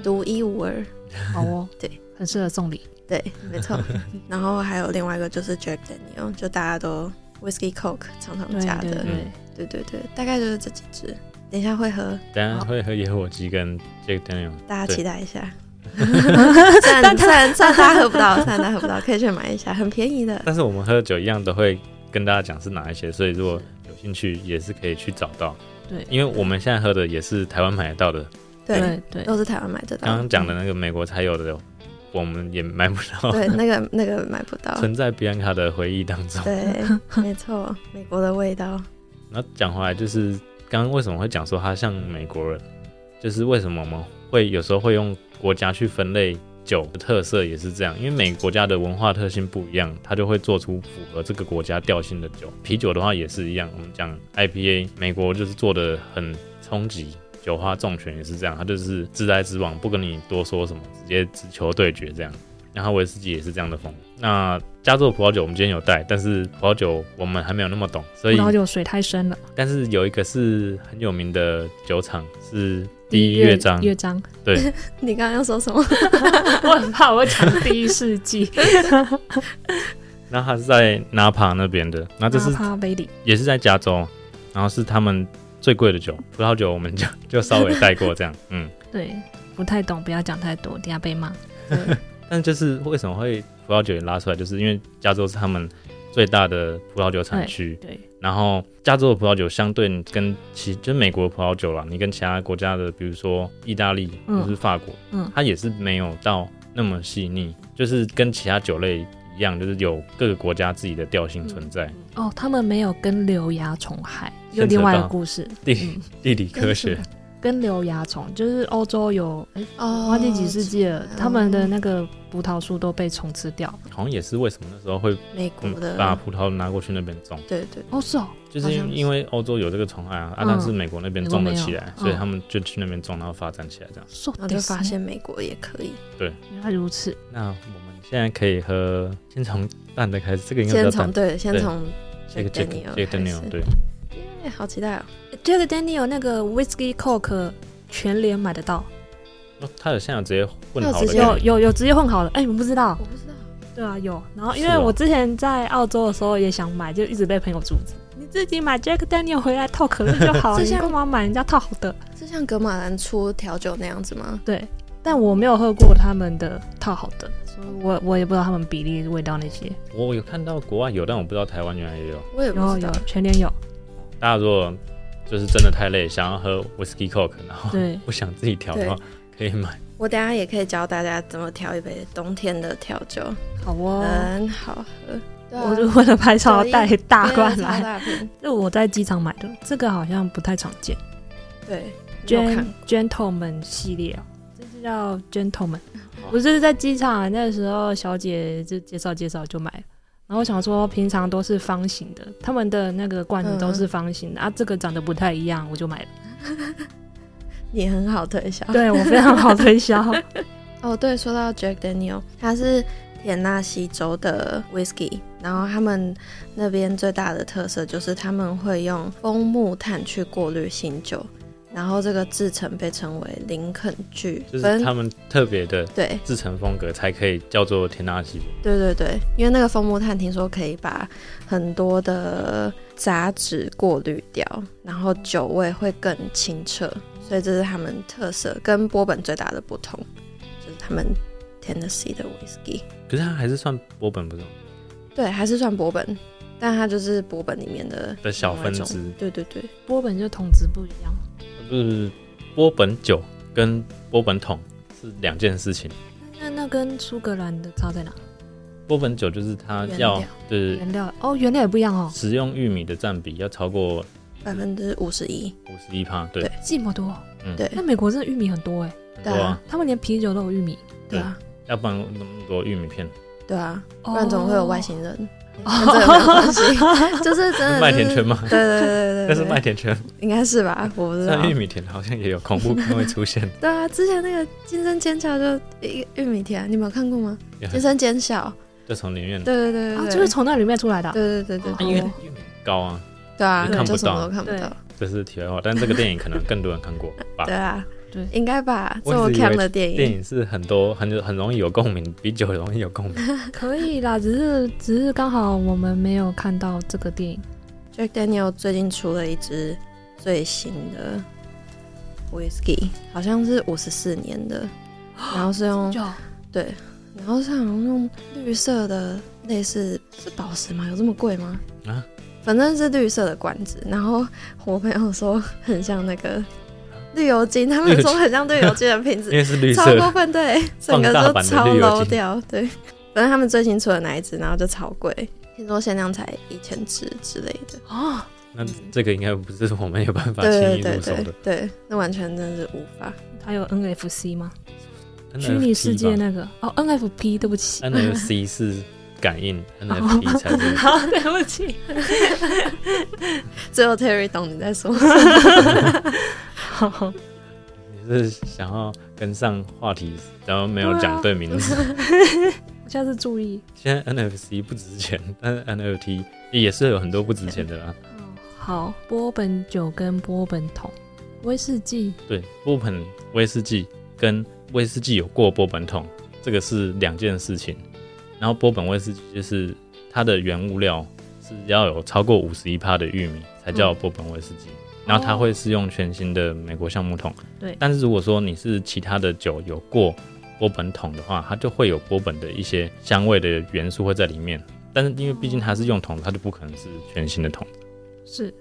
[SPEAKER 1] 独一无二。
[SPEAKER 2] 好哦，
[SPEAKER 1] 对，
[SPEAKER 2] 很适合送礼。
[SPEAKER 1] 对，没 错。然后还有另外一个就是 Jack Daniel，就大家都 Whisky Coke 常常加的，
[SPEAKER 2] 对
[SPEAKER 3] 嗯，
[SPEAKER 1] 对对对，大概就是这几只。等一下会喝，
[SPEAKER 3] 等一下会喝野火鸡跟 Jack Daniel，
[SPEAKER 1] 大家
[SPEAKER 3] 对
[SPEAKER 1] 期待一 下。虽然虽然虽然大家喝不到，虽然大家喝不到，可以去买一下，很便宜的。
[SPEAKER 3] 但是我们喝酒一样都会跟大家讲是哪一些，所以如果有兴趣也是可以去找到，
[SPEAKER 2] 对
[SPEAKER 3] 因为我们现在喝的也是台湾买得到的，
[SPEAKER 1] 对，
[SPEAKER 2] 对，
[SPEAKER 1] 都是台湾买得到。
[SPEAKER 3] 刚刚讲的那个美国才有的，我们也买不到，
[SPEAKER 1] 对，那个那个买不到。
[SPEAKER 3] 存在比安卡哦的回忆当中。
[SPEAKER 1] 对，没错，美国的味道。
[SPEAKER 3] 那讲回来，就是刚刚为什么会讲说他像美国人，就是为什么我们会有时候会用国家去分类酒的特色，也是这样，因为每个国家的文化特性不一样，它就会做出符合这个国家调性的酒。啤酒的话也是一样，我们讲 IPA，美国就是做的很冲击。酒花重拳也是这样，它就是直来直往，不跟你多说什么，直接直球对决这样。然后威士忌也是这样的风格。那加州的葡萄酒我们今天有带，但是葡萄酒我们还没有那么懂，所以
[SPEAKER 2] 葡萄酒水太深了。
[SPEAKER 3] 但是有一个是很有名的酒厂，是第一乐章，
[SPEAKER 2] 乐章，
[SPEAKER 3] 对，
[SPEAKER 1] 你刚刚要说什么？
[SPEAKER 2] 我很怕我讲第一世纪。
[SPEAKER 3] 那它是在 Napa 那边的，那这是
[SPEAKER 2] 帕贝里，
[SPEAKER 3] 也是在加州，然后是他们最贵的酒，葡萄酒我们就就稍微带过 这样，嗯，
[SPEAKER 2] 对，不太懂，不要讲太多，等下被骂。
[SPEAKER 3] 但就是为什么会葡萄酒也拉出来，就是因为加州是他们最大的葡萄酒产区，
[SPEAKER 2] 对，
[SPEAKER 3] 然后加州的葡萄酒相对跟其就是美国的葡萄酒啦，你跟其他国家的，比如说意大利
[SPEAKER 2] 嗯
[SPEAKER 3] 或是法国，
[SPEAKER 2] 嗯
[SPEAKER 3] 它也是没有到那么细腻，就是跟其他酒类一样，就是有各个国家自己的调性存在。
[SPEAKER 2] 哦，他们没有跟瘤蚜虫害，有
[SPEAKER 3] 牵扯
[SPEAKER 2] 另外一
[SPEAKER 3] 到
[SPEAKER 2] 个故事。
[SPEAKER 3] 地
[SPEAKER 2] 嗯
[SPEAKER 3] 地理科学，
[SPEAKER 2] 跟瘤蚜虫，就是欧洲有，哎、
[SPEAKER 1] 哦
[SPEAKER 2] 我忘记几世纪了，他们的那个葡萄树都被虫吃掉。
[SPEAKER 3] 好像也是为什么那时候会、
[SPEAKER 1] 美国
[SPEAKER 3] 嗯
[SPEAKER 1] 的，
[SPEAKER 3] 把葡萄拿过去那边种，
[SPEAKER 1] 对对，
[SPEAKER 2] 哦，是哦，
[SPEAKER 3] 就是因
[SPEAKER 1] 好像是
[SPEAKER 3] 因为欧洲有这个虫害啊，
[SPEAKER 2] 嗯
[SPEAKER 3] 啊但是美国那边种了起
[SPEAKER 2] 美
[SPEAKER 3] 来，
[SPEAKER 2] 国没有
[SPEAKER 3] 所以
[SPEAKER 2] 嗯
[SPEAKER 3] 他们就去那边种，然后发展起来这样。
[SPEAKER 2] 说
[SPEAKER 1] 然后就发现美国也可以。
[SPEAKER 2] 原来如此。
[SPEAKER 3] 那我们现在可以喝，先从淡的开始，这个应该
[SPEAKER 1] 先
[SPEAKER 3] 比较
[SPEAKER 1] 从
[SPEAKER 3] 淡，
[SPEAKER 1] 对，先
[SPEAKER 3] 对
[SPEAKER 1] 从
[SPEAKER 3] 这个
[SPEAKER 1] Jack
[SPEAKER 3] Jack
[SPEAKER 1] Daniel
[SPEAKER 3] Jack
[SPEAKER 1] 开始
[SPEAKER 3] Daniel 对。
[SPEAKER 1] 哎，好期待哦！
[SPEAKER 2] Jack Daniel 那个 Whisky Coke 全联买得到，
[SPEAKER 3] 哦，它有现在有直接混
[SPEAKER 1] 它有
[SPEAKER 3] 好的
[SPEAKER 1] 直
[SPEAKER 3] 给
[SPEAKER 1] 接
[SPEAKER 3] 你，
[SPEAKER 2] 有有有直接混好的，哎、你们不知道
[SPEAKER 1] 我？不知道，
[SPEAKER 2] 对啊，有。然后因
[SPEAKER 3] 是
[SPEAKER 2] 为
[SPEAKER 3] 哦
[SPEAKER 2] 我之前在澳洲的时候也想买，就一直被朋友阻止。你自己买 Jack Daniel 回来套可乐 就好了，
[SPEAKER 1] 这
[SPEAKER 2] 你
[SPEAKER 1] 像
[SPEAKER 2] 干嘛买人家套好的？
[SPEAKER 1] 是像格马兰出调酒那样子吗？
[SPEAKER 2] 对，但我没有喝过他们的套好的，所以我我也不知道他们比例、味道那些。
[SPEAKER 3] 我有看到国外有，但我不知道台湾原来也有。
[SPEAKER 1] 我也不
[SPEAKER 2] 有
[SPEAKER 1] 知道
[SPEAKER 2] 有。全联有，大
[SPEAKER 3] 大家如果就是真的太累，想要喝 whiskey coke，然后
[SPEAKER 2] 对
[SPEAKER 3] 不想自己调的话，可以买。
[SPEAKER 1] 我等一下也可以教大家怎么调一杯冬天的调酒，
[SPEAKER 2] 好哦，
[SPEAKER 1] 很好喝。对啊
[SPEAKER 2] 我就为了拍照
[SPEAKER 1] 九一
[SPEAKER 2] 带大罐
[SPEAKER 1] 对啊超
[SPEAKER 2] 来，
[SPEAKER 1] 大瓶，
[SPEAKER 2] 这我在机场买的，这个好像不太常见
[SPEAKER 1] 对，你有看
[SPEAKER 2] ，Gen Gentleman 系列哦，这是叫 Gentleman，我就是在机场那时候小姐就介绍介绍就买了。然后我想说，平常都是方形的，他们的那个罐子都是方
[SPEAKER 1] 嗯
[SPEAKER 2] 形的、啊，这个长得不太一样，我就买 了。
[SPEAKER 1] 你很好推销。
[SPEAKER 2] 对我非常好推销，
[SPEAKER 1] 哦，对，说到 Jack Daniel，它是田纳西州的 whisky，然后他们那边最大的特色就是他们会用枫木炭去过滤新酒，然后这个制成被称为林肯锯
[SPEAKER 3] 就，
[SPEAKER 1] 反
[SPEAKER 3] 是
[SPEAKER 1] 正
[SPEAKER 3] 他们特别的
[SPEAKER 1] 对
[SPEAKER 3] 制成风格才可以叫做田纳西。
[SPEAKER 1] 对对对，因为那个枫木炭听说可以把很多的杂质过滤掉，然后酒味会更清澈，所以这是他们特色，跟波本最大的不同，就是他们 Tennessee 的 whisky。
[SPEAKER 3] 可是它还是算波本不是吗
[SPEAKER 1] 对，还是算波本，但它就是波本里面的
[SPEAKER 3] 的小分
[SPEAKER 1] 另外一
[SPEAKER 3] 支
[SPEAKER 1] 种。，对对对，
[SPEAKER 2] 波本就桶子不一样。
[SPEAKER 3] 不是不是波本酒跟波本桶是两件事情。
[SPEAKER 2] 那那跟苏格兰的差在哪？
[SPEAKER 3] 波本酒就是它
[SPEAKER 1] 原
[SPEAKER 3] 啊要
[SPEAKER 1] 料
[SPEAKER 3] 就是
[SPEAKER 2] 原料哦，原料也不一样哦，
[SPEAKER 3] 使用玉米的占比要超过
[SPEAKER 1] 百分之五十一。
[SPEAKER 3] 五十一帕，对
[SPEAKER 1] 对，
[SPEAKER 2] 这么多。
[SPEAKER 3] 嗯
[SPEAKER 1] 对
[SPEAKER 2] 那美国真的玉米很多哎，
[SPEAKER 3] 很多
[SPEAKER 1] 对
[SPEAKER 3] 啊
[SPEAKER 1] 啊，
[SPEAKER 2] 他们连啤酒都有玉米。
[SPEAKER 1] 对啊，
[SPEAKER 3] 要不然那么多玉米片，
[SPEAKER 1] 对啊，
[SPEAKER 2] 哦
[SPEAKER 1] 不然怎么会有外星 人？跟这个没有关系，就是真的
[SPEAKER 3] 是麦田圈
[SPEAKER 1] 吗？
[SPEAKER 3] 吗？
[SPEAKER 1] 对对对对对，
[SPEAKER 3] 那是
[SPEAKER 1] 对
[SPEAKER 3] 麦田圈，
[SPEAKER 1] 应该是吧？我不知道
[SPEAKER 3] 但。玉米田好像也有恐怖片会 出现，
[SPEAKER 1] 对啊，之前那个《金生尖叫》就一玉米田，你们有看过吗？
[SPEAKER 3] 也
[SPEAKER 1] 《
[SPEAKER 3] 很嗯
[SPEAKER 1] 金生尖笑
[SPEAKER 3] 就从里面》，。
[SPEAKER 1] 对对对
[SPEAKER 2] 啊，
[SPEAKER 1] 对，
[SPEAKER 2] 就是从那里面出来的啊。
[SPEAKER 1] 对对对
[SPEAKER 3] 啊
[SPEAKER 1] 对
[SPEAKER 3] 因为
[SPEAKER 1] 对，
[SPEAKER 3] 玉米高啊，
[SPEAKER 1] 对啊，
[SPEAKER 3] 看不
[SPEAKER 1] 就什么
[SPEAKER 3] 到
[SPEAKER 1] 都看不
[SPEAKER 2] 对
[SPEAKER 1] 到。
[SPEAKER 3] 这是题外话。但这个电影可能更多人看过吧
[SPEAKER 1] 对。啊，
[SPEAKER 2] 对
[SPEAKER 1] 应该吧？这
[SPEAKER 3] 我
[SPEAKER 1] 么
[SPEAKER 3] 一直以为
[SPEAKER 1] 强的电
[SPEAKER 3] 电
[SPEAKER 1] 影，
[SPEAKER 3] 影是很多很很容易有共鸣，比酒容易有共鸣。
[SPEAKER 2] 可以啦，只是只是刚好我们没有看到这个电影。
[SPEAKER 1] Jack Daniel 最近出了一支最新的 whisky，好像是五十四年的，然后是用
[SPEAKER 2] 就
[SPEAKER 1] 对，然后是好像用绿色的，类似是宝石吗？有这么贵吗？
[SPEAKER 3] 啊，
[SPEAKER 1] 反正是绿色的罐子。然后我朋友说很像那个绿油精，他
[SPEAKER 3] 绿油
[SPEAKER 1] 们
[SPEAKER 3] 精
[SPEAKER 1] 说很像绿油精的瓶子
[SPEAKER 3] 因，为 是绿
[SPEAKER 1] 超
[SPEAKER 3] 色
[SPEAKER 1] 过
[SPEAKER 3] 的，
[SPEAKER 1] 分，对，整个
[SPEAKER 3] 放大
[SPEAKER 1] 都
[SPEAKER 3] 版的
[SPEAKER 1] 超
[SPEAKER 3] 绿油
[SPEAKER 1] low
[SPEAKER 3] 精
[SPEAKER 1] 掉，对。反正他们最新出的那一支，然后就超贵，听说限量才一千支之类的。
[SPEAKER 2] 哦，
[SPEAKER 3] 那这个应该不是我们有办法轻
[SPEAKER 1] 对
[SPEAKER 3] 易
[SPEAKER 1] 对
[SPEAKER 3] 入手
[SPEAKER 1] 对
[SPEAKER 3] 的。
[SPEAKER 1] 对，那完全真的是无法。
[SPEAKER 2] 它有 NFC 吗？
[SPEAKER 3] NFT
[SPEAKER 2] 虚拟世界
[SPEAKER 3] 吧
[SPEAKER 2] 那个哦，NFP，对不起，
[SPEAKER 3] NFC 是感应，NFT
[SPEAKER 1] 哦
[SPEAKER 3] 才 是。
[SPEAKER 2] 好，对不起，
[SPEAKER 1] 只有 Terry 懂你在说。
[SPEAKER 2] 好，
[SPEAKER 3] 你是想要跟上话题，然后没有讲对名字。
[SPEAKER 2] 我下次注意。
[SPEAKER 3] 现在 NFC 不值钱， 但是 NFT 也是有很多不值钱的啦。
[SPEAKER 2] 嗯，好，波本酒跟波本桶，威士忌
[SPEAKER 3] 对，波本威士忌跟威士忌有过波本桶，这个是两件事情。然后波本威士忌就是它的原物料是要有超过五十一帕的玉米才叫波本威士忌。然后它会是用全新的美国橡木桶，
[SPEAKER 2] 对
[SPEAKER 3] 但是如果说你是其他的酒有过波本桶的话，它就会有波本的一些香味的元素会在里面。但是因为毕竟它是用桶，它就不可能是全新的桶。
[SPEAKER 2] 是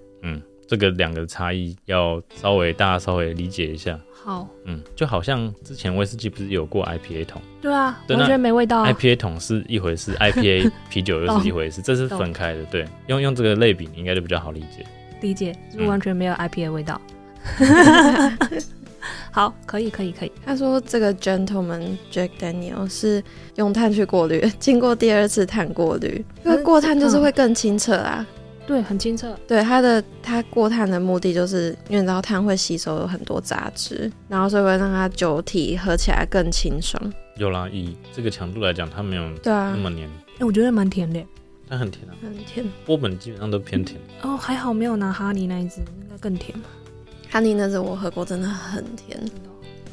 [SPEAKER 3] 这个两个差异要稍微大家稍微理解一下。
[SPEAKER 2] 好，
[SPEAKER 3] 嗯，就好像之前威士忌不是有过 IPA 桶、
[SPEAKER 2] 对啊，我
[SPEAKER 3] 对那
[SPEAKER 2] 觉得没
[SPEAKER 1] 哦
[SPEAKER 2] 味道啊
[SPEAKER 3] i。p a 桶是一回事 ，IPA 啤酒又是一回事，这是分开的。对，用用这个类比，你应该就比较好理解。
[SPEAKER 2] 理解，就是
[SPEAKER 3] 嗯
[SPEAKER 2] 完全没有 IPA 味道。好，可以，可以，可以。
[SPEAKER 1] 他说这个 Gentleman Jack Daniel 是用碳去过滤，经过第二次碳过滤，因为过碳就是会更清澈啊。
[SPEAKER 2] 对，很清澈。
[SPEAKER 1] 对，它的它过碳的目的就是因为你知道碳会吸收很多杂质，然后所以会让它酒体喝起来更清爽。
[SPEAKER 3] 有啦，以这个强度来讲，它没有
[SPEAKER 1] 对啊
[SPEAKER 3] 那，么黏，
[SPEAKER 2] 哎、我觉得蛮甜的。
[SPEAKER 3] 它很甜啊。
[SPEAKER 1] 很甜。
[SPEAKER 3] 波本基本上都偏甜，
[SPEAKER 1] 嗯
[SPEAKER 2] 哦，还好没有拿哈尼那一只，应该更甜吧。
[SPEAKER 1] 哈尼那是我喝过，真的很甜，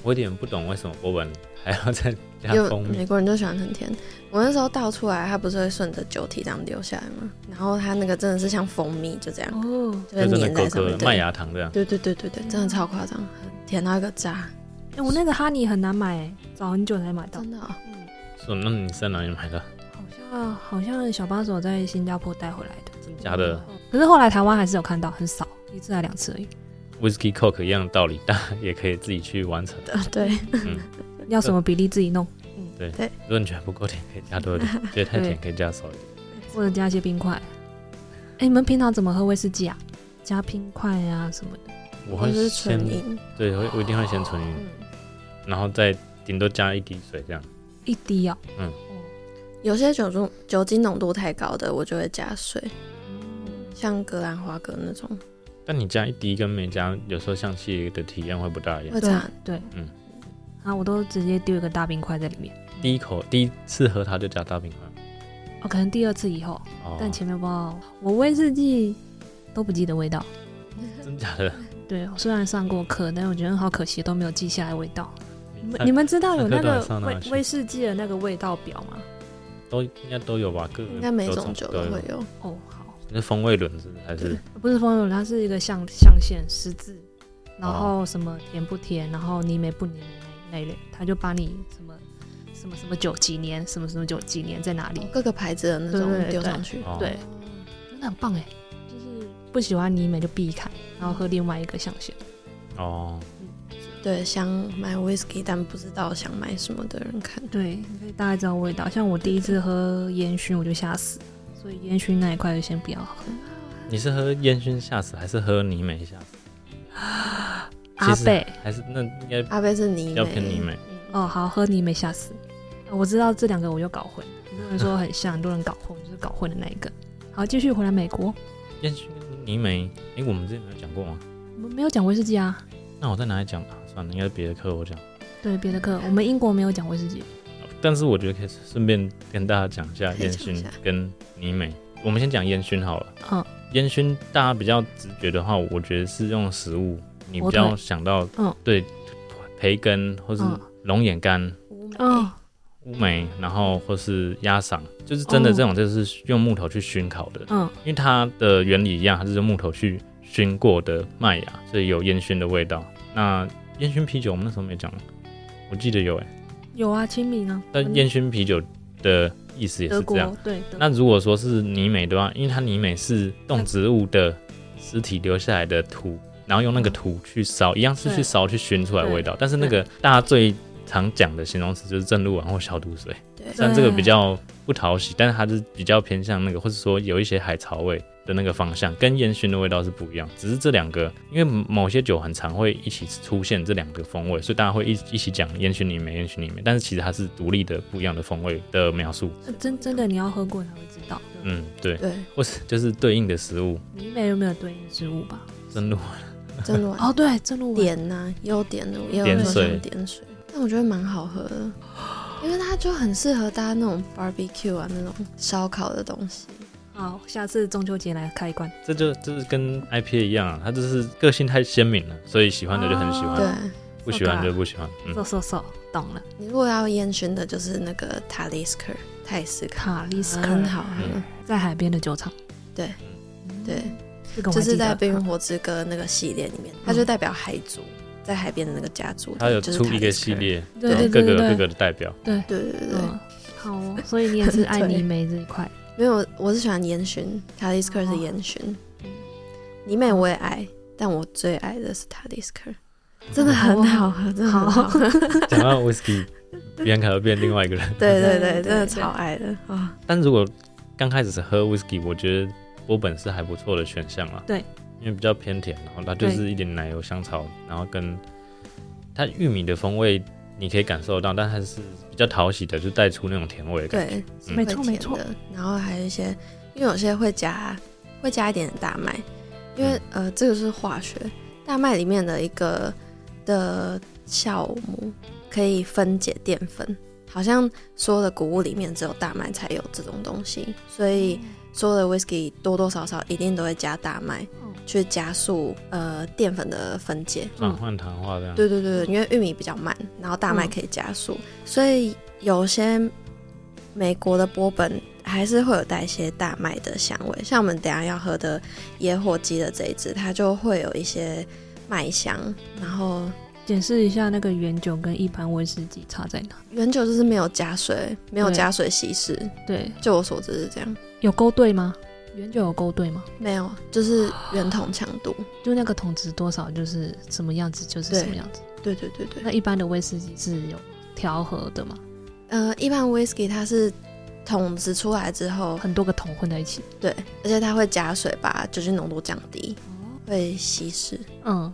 [SPEAKER 3] 我有点不懂为什么波本还要再加
[SPEAKER 1] 因为
[SPEAKER 3] 蜂蜜
[SPEAKER 1] 美。国人就喜欢很甜。我那时候倒出来，它不是会顺着酒体这样流下来吗？然后它那个真的是像蜂蜜，就这样，
[SPEAKER 2] 哦，
[SPEAKER 1] 就
[SPEAKER 3] 就
[SPEAKER 1] 会
[SPEAKER 3] 真的
[SPEAKER 1] 粘
[SPEAKER 3] 狗
[SPEAKER 1] 在上
[SPEAKER 3] 哥
[SPEAKER 1] 面。
[SPEAKER 3] 麦
[SPEAKER 1] 对
[SPEAKER 3] 芽糖这样，
[SPEAKER 1] 对对对对对，真的超夸张，很甜到一个炸，
[SPEAKER 3] 嗯
[SPEAKER 2] 哎、我那个哈尼很难买、找很久才买到。
[SPEAKER 1] 真的哦、
[SPEAKER 3] 说那你是在哪里买的？
[SPEAKER 2] 好像好像小帮手在新加坡带回来的，嗯
[SPEAKER 3] 真假的？
[SPEAKER 2] 可是后来台湾还是有看到，很少，一次还两次而已。
[SPEAKER 3] whisky coke 一样的道理，大家也可以自己去完成。嗯
[SPEAKER 1] 的，对，
[SPEAKER 2] 要什么比例自己弄，
[SPEAKER 3] 如果你觉得不够甜，可以加多一 点；觉得太甜，可以加少一点。
[SPEAKER 2] 或者加一些冰块。哎、你们平常怎么喝威士忌啊？加冰块啊什么的。
[SPEAKER 3] 我
[SPEAKER 1] 或
[SPEAKER 3] 会
[SPEAKER 1] 者是
[SPEAKER 3] 先嗯
[SPEAKER 1] 纯饮，
[SPEAKER 3] 对，我我一定会先纯饮，然后再顶多加一滴水这样。
[SPEAKER 2] 一滴哦，
[SPEAKER 1] 有些酒中酒精浓度太高的，我就会加水，
[SPEAKER 3] 嗯
[SPEAKER 1] 像格兰花格那种
[SPEAKER 3] 但你加一滴跟没加，有时候香气的体验会不大一样。
[SPEAKER 1] 会
[SPEAKER 2] 对
[SPEAKER 1] 差。
[SPEAKER 2] 对，
[SPEAKER 3] 嗯，
[SPEAKER 2] 啊，我都直接丢一个大冰块在里面。
[SPEAKER 3] 第一口第一次喝它就加大冰块，
[SPEAKER 2] 哦，可能第二次以后，
[SPEAKER 3] 哦，
[SPEAKER 2] 但前面不知道，我威士忌都不记得味道。
[SPEAKER 3] 真假的？
[SPEAKER 2] 对，我虽然上过课，但我觉得好可惜，都没有记下来味道。你们
[SPEAKER 3] 看
[SPEAKER 2] 你们知道有那
[SPEAKER 3] 上课到
[SPEAKER 2] 个
[SPEAKER 3] 底上哪
[SPEAKER 2] 威
[SPEAKER 3] 去
[SPEAKER 2] 威士忌的那个味道表吗？
[SPEAKER 3] 都应该都有吧？各
[SPEAKER 1] 应该每种酒都会。有。
[SPEAKER 2] 哦，好，
[SPEAKER 3] 那风味轮子还是
[SPEAKER 2] 不是风油轮，它是一个象象限十字，然后什么甜不甜，然后泥煤不泥煤那那一类，它就把你什么什么什么酒几年，什么什么酒几年在哪里，
[SPEAKER 1] 各个牌子的那
[SPEAKER 2] 对对
[SPEAKER 1] 种
[SPEAKER 2] 对
[SPEAKER 1] 丢上去，
[SPEAKER 3] 哦
[SPEAKER 2] 对，真的很棒哎，就是不喜欢泥煤就避开，然后喝另外一个象限。
[SPEAKER 3] 哦，
[SPEAKER 1] 对，想买 whisky 但不知道想买什么的人看，
[SPEAKER 2] 对，你可以大概知道味道。像我第一次喝烟熏，我就吓死，所以烟熏那一块就先不要喝。
[SPEAKER 3] 你是喝烟熏吓死，还是喝泥煤吓死？
[SPEAKER 2] 阿
[SPEAKER 3] 其实
[SPEAKER 2] 贝，
[SPEAKER 3] 还是那应该
[SPEAKER 1] 阿贝是泥
[SPEAKER 3] 比较
[SPEAKER 1] 煤，
[SPEAKER 3] 偏泥煤。
[SPEAKER 2] 哦，好喝泥煤吓死。呃我知道这两个我就搞混，很多人说很像，很多人搞混，就是搞混的那一个。好，继续回来美国，
[SPEAKER 3] 烟熏跟泥煤，哎，我们之前有讲过吗？
[SPEAKER 2] 我们没有讲威士忌啊。
[SPEAKER 3] 那我在哪里讲啊？算了，应该是别的课我讲。
[SPEAKER 2] 对，别的课我们英国没有讲威士忌。
[SPEAKER 3] 但是我觉得可以顺便跟大家讲一下
[SPEAKER 1] 可以
[SPEAKER 3] 烟
[SPEAKER 1] 讲一
[SPEAKER 3] 熏
[SPEAKER 1] 下
[SPEAKER 3] 跟泥煤。我们先讲烟熏好了。
[SPEAKER 2] 嗯，
[SPEAKER 3] 烟熏大家比较直觉的话，我觉得是用食物，你比
[SPEAKER 2] 火
[SPEAKER 3] 较
[SPEAKER 2] 腿
[SPEAKER 3] 想到
[SPEAKER 2] 嗯
[SPEAKER 3] 对培根或是
[SPEAKER 2] 嗯
[SPEAKER 3] 龙眼干、
[SPEAKER 1] 乌梅
[SPEAKER 2] 哦，
[SPEAKER 3] 乌梅，然后或是鸭嗓，就是真的
[SPEAKER 2] 哦
[SPEAKER 3] 这种就是用木头去熏烤的，
[SPEAKER 2] 嗯，
[SPEAKER 3] 因为它的原理一样，它是用木头去熏过的麦芽，所以有烟熏的味道。那烟熏啤酒我们那时候没讲吗，我记得有哎、
[SPEAKER 2] 有啊，清明啊，
[SPEAKER 3] 但烟熏啤酒的意思也
[SPEAKER 2] 德
[SPEAKER 3] 是
[SPEAKER 2] 国
[SPEAKER 3] 这样。
[SPEAKER 2] 对，德
[SPEAKER 3] 那如果说是泥煤的话，因为它泥煤是动植物的尸体留下来的土，然后用那个土去烧，一样是去
[SPEAKER 2] 对
[SPEAKER 3] 烧去熏出来
[SPEAKER 2] 对
[SPEAKER 3] 味道。但是那个大家最常讲的形容词就是正露丸或消毒水，
[SPEAKER 1] 对
[SPEAKER 3] 虽然这个比较不讨喜，但是它是比较偏向那个，或者说有一些海草味的那个方向，跟烟熏的味道是不一样。只是这两个，因为某些酒很常会一起出现这两个风味，所以大家会一一起讲烟熏里面烟熏里面，但是其实它是独立的不一样的风味的描述。
[SPEAKER 2] 呃真真的你要喝过才会知道。嗯，
[SPEAKER 3] 嗯，对。
[SPEAKER 1] 对，
[SPEAKER 3] 或是就是对应的食物，
[SPEAKER 2] 泥煤有没有对应植物吧？
[SPEAKER 3] 真的
[SPEAKER 1] 真的
[SPEAKER 2] 哦，对，正露丸
[SPEAKER 1] 点呐，也有点的，哦也有
[SPEAKER 3] 点
[SPEAKER 1] 那种
[SPEAKER 3] 水
[SPEAKER 1] 点水，但我觉得蛮好喝的，因为它就很适合搭那种 barbecue 啊那种烧烤的东西。
[SPEAKER 2] 好，下次中秋节来开一罐。
[SPEAKER 3] 这就这是跟 IPA 一样啊，它就是个性太鲜明了，所以喜欢的就很喜欢，
[SPEAKER 1] 对
[SPEAKER 2] 哦
[SPEAKER 3] 不喜欢就不喜欢。嗯，
[SPEAKER 2] 嗖嗖嗖，懂了。
[SPEAKER 1] 你如果要烟熏的，就是那个塔利斯克泰斯克，
[SPEAKER 2] 卡利斯
[SPEAKER 1] 很
[SPEAKER 2] 克
[SPEAKER 1] 好喝
[SPEAKER 3] 嗯。
[SPEAKER 2] 在海边的酒厂，
[SPEAKER 1] 对，
[SPEAKER 2] 这个我还
[SPEAKER 1] 就是
[SPEAKER 2] 记得
[SPEAKER 1] 在《冰与火之歌》那个系列里面，它就代
[SPEAKER 2] 嗯
[SPEAKER 1] 表海族在海边的那个家族的，
[SPEAKER 3] 它有
[SPEAKER 1] 就是
[SPEAKER 3] 出
[SPEAKER 1] 塔
[SPEAKER 3] 一
[SPEAKER 1] 利
[SPEAKER 3] 个
[SPEAKER 1] 斯
[SPEAKER 3] 系
[SPEAKER 1] 克，
[SPEAKER 3] 列，
[SPEAKER 2] 对
[SPEAKER 3] 然后
[SPEAKER 2] 对
[SPEAKER 3] 各
[SPEAKER 2] 对
[SPEAKER 3] 个
[SPEAKER 2] 对
[SPEAKER 3] 各
[SPEAKER 2] 对，
[SPEAKER 3] 个的代表。
[SPEAKER 1] 对对对对，
[SPEAKER 2] 嗯，好哦，所以你也是爱泥煤这一 块，
[SPEAKER 1] 没有，我是喜欢烟熏，塔利斯克是烟熏，你美我也爱，但我最爱的是塔利斯克，真的很嗯好喝，真的很
[SPEAKER 2] 哦
[SPEAKER 1] 好喝，
[SPEAKER 3] 讲到 whisky，边凯又变另外一个人。
[SPEAKER 1] 对对对，
[SPEAKER 2] 对对
[SPEAKER 1] 真的
[SPEAKER 2] 对
[SPEAKER 1] 超爱的啊！
[SPEAKER 3] 但如果刚开始喝 whisky，我觉得波本是还不错的选项啦。
[SPEAKER 2] 对，
[SPEAKER 3] 因为比较偏甜，然后它就是一点奶油香草，然后跟它玉米的风味你可以感受到，但它是比较讨喜的，就带出那种甜味的感觉。
[SPEAKER 1] 对，
[SPEAKER 3] 嗯
[SPEAKER 2] 没
[SPEAKER 1] 会
[SPEAKER 2] 错
[SPEAKER 1] 甜
[SPEAKER 2] 没错，
[SPEAKER 1] 的，然后还有一些，因为有些会加会加一点大麦，因为、呃这个是化学，大麦里面的一个的酵母可以分解淀粉，好像所有的谷物里面只有大麦才有这种东西，所以所有的 whisky 多多少少一定都会加大麦
[SPEAKER 2] 嗯
[SPEAKER 1] 去加速呃淀粉的分解。
[SPEAKER 3] 转换糖化这样。
[SPEAKER 1] 对对对，因为玉米比较慢，然后大麦可以加速，所以有些美国的波本还是会有带一些大麦的香味。像我们等一下要喝的野火鸡的这一支，它就会有一些麦香。然后
[SPEAKER 2] 解释一下那个原酒跟一般威士忌差在哪？
[SPEAKER 1] 原酒就是没有加水，没有
[SPEAKER 2] 对
[SPEAKER 1] 加水稀释，
[SPEAKER 2] 对，
[SPEAKER 1] 就我所知是这样。
[SPEAKER 2] 有勾兑吗？原酒有勾兑吗？
[SPEAKER 1] 没有，就是圆筒强度。
[SPEAKER 2] 就那个桶值多少，就是什么样子就是
[SPEAKER 1] 对
[SPEAKER 2] 什么样子。
[SPEAKER 1] 对对对对
[SPEAKER 2] 那，一般的威士忌是有调和的嘛？
[SPEAKER 1] 呃，一般 whisky 它是桶子出来之后，
[SPEAKER 2] 很多个桶混在一起。
[SPEAKER 1] 对，而且它会加水把酒精浓度降低，
[SPEAKER 2] 哦
[SPEAKER 1] 会稀释。
[SPEAKER 2] 嗯，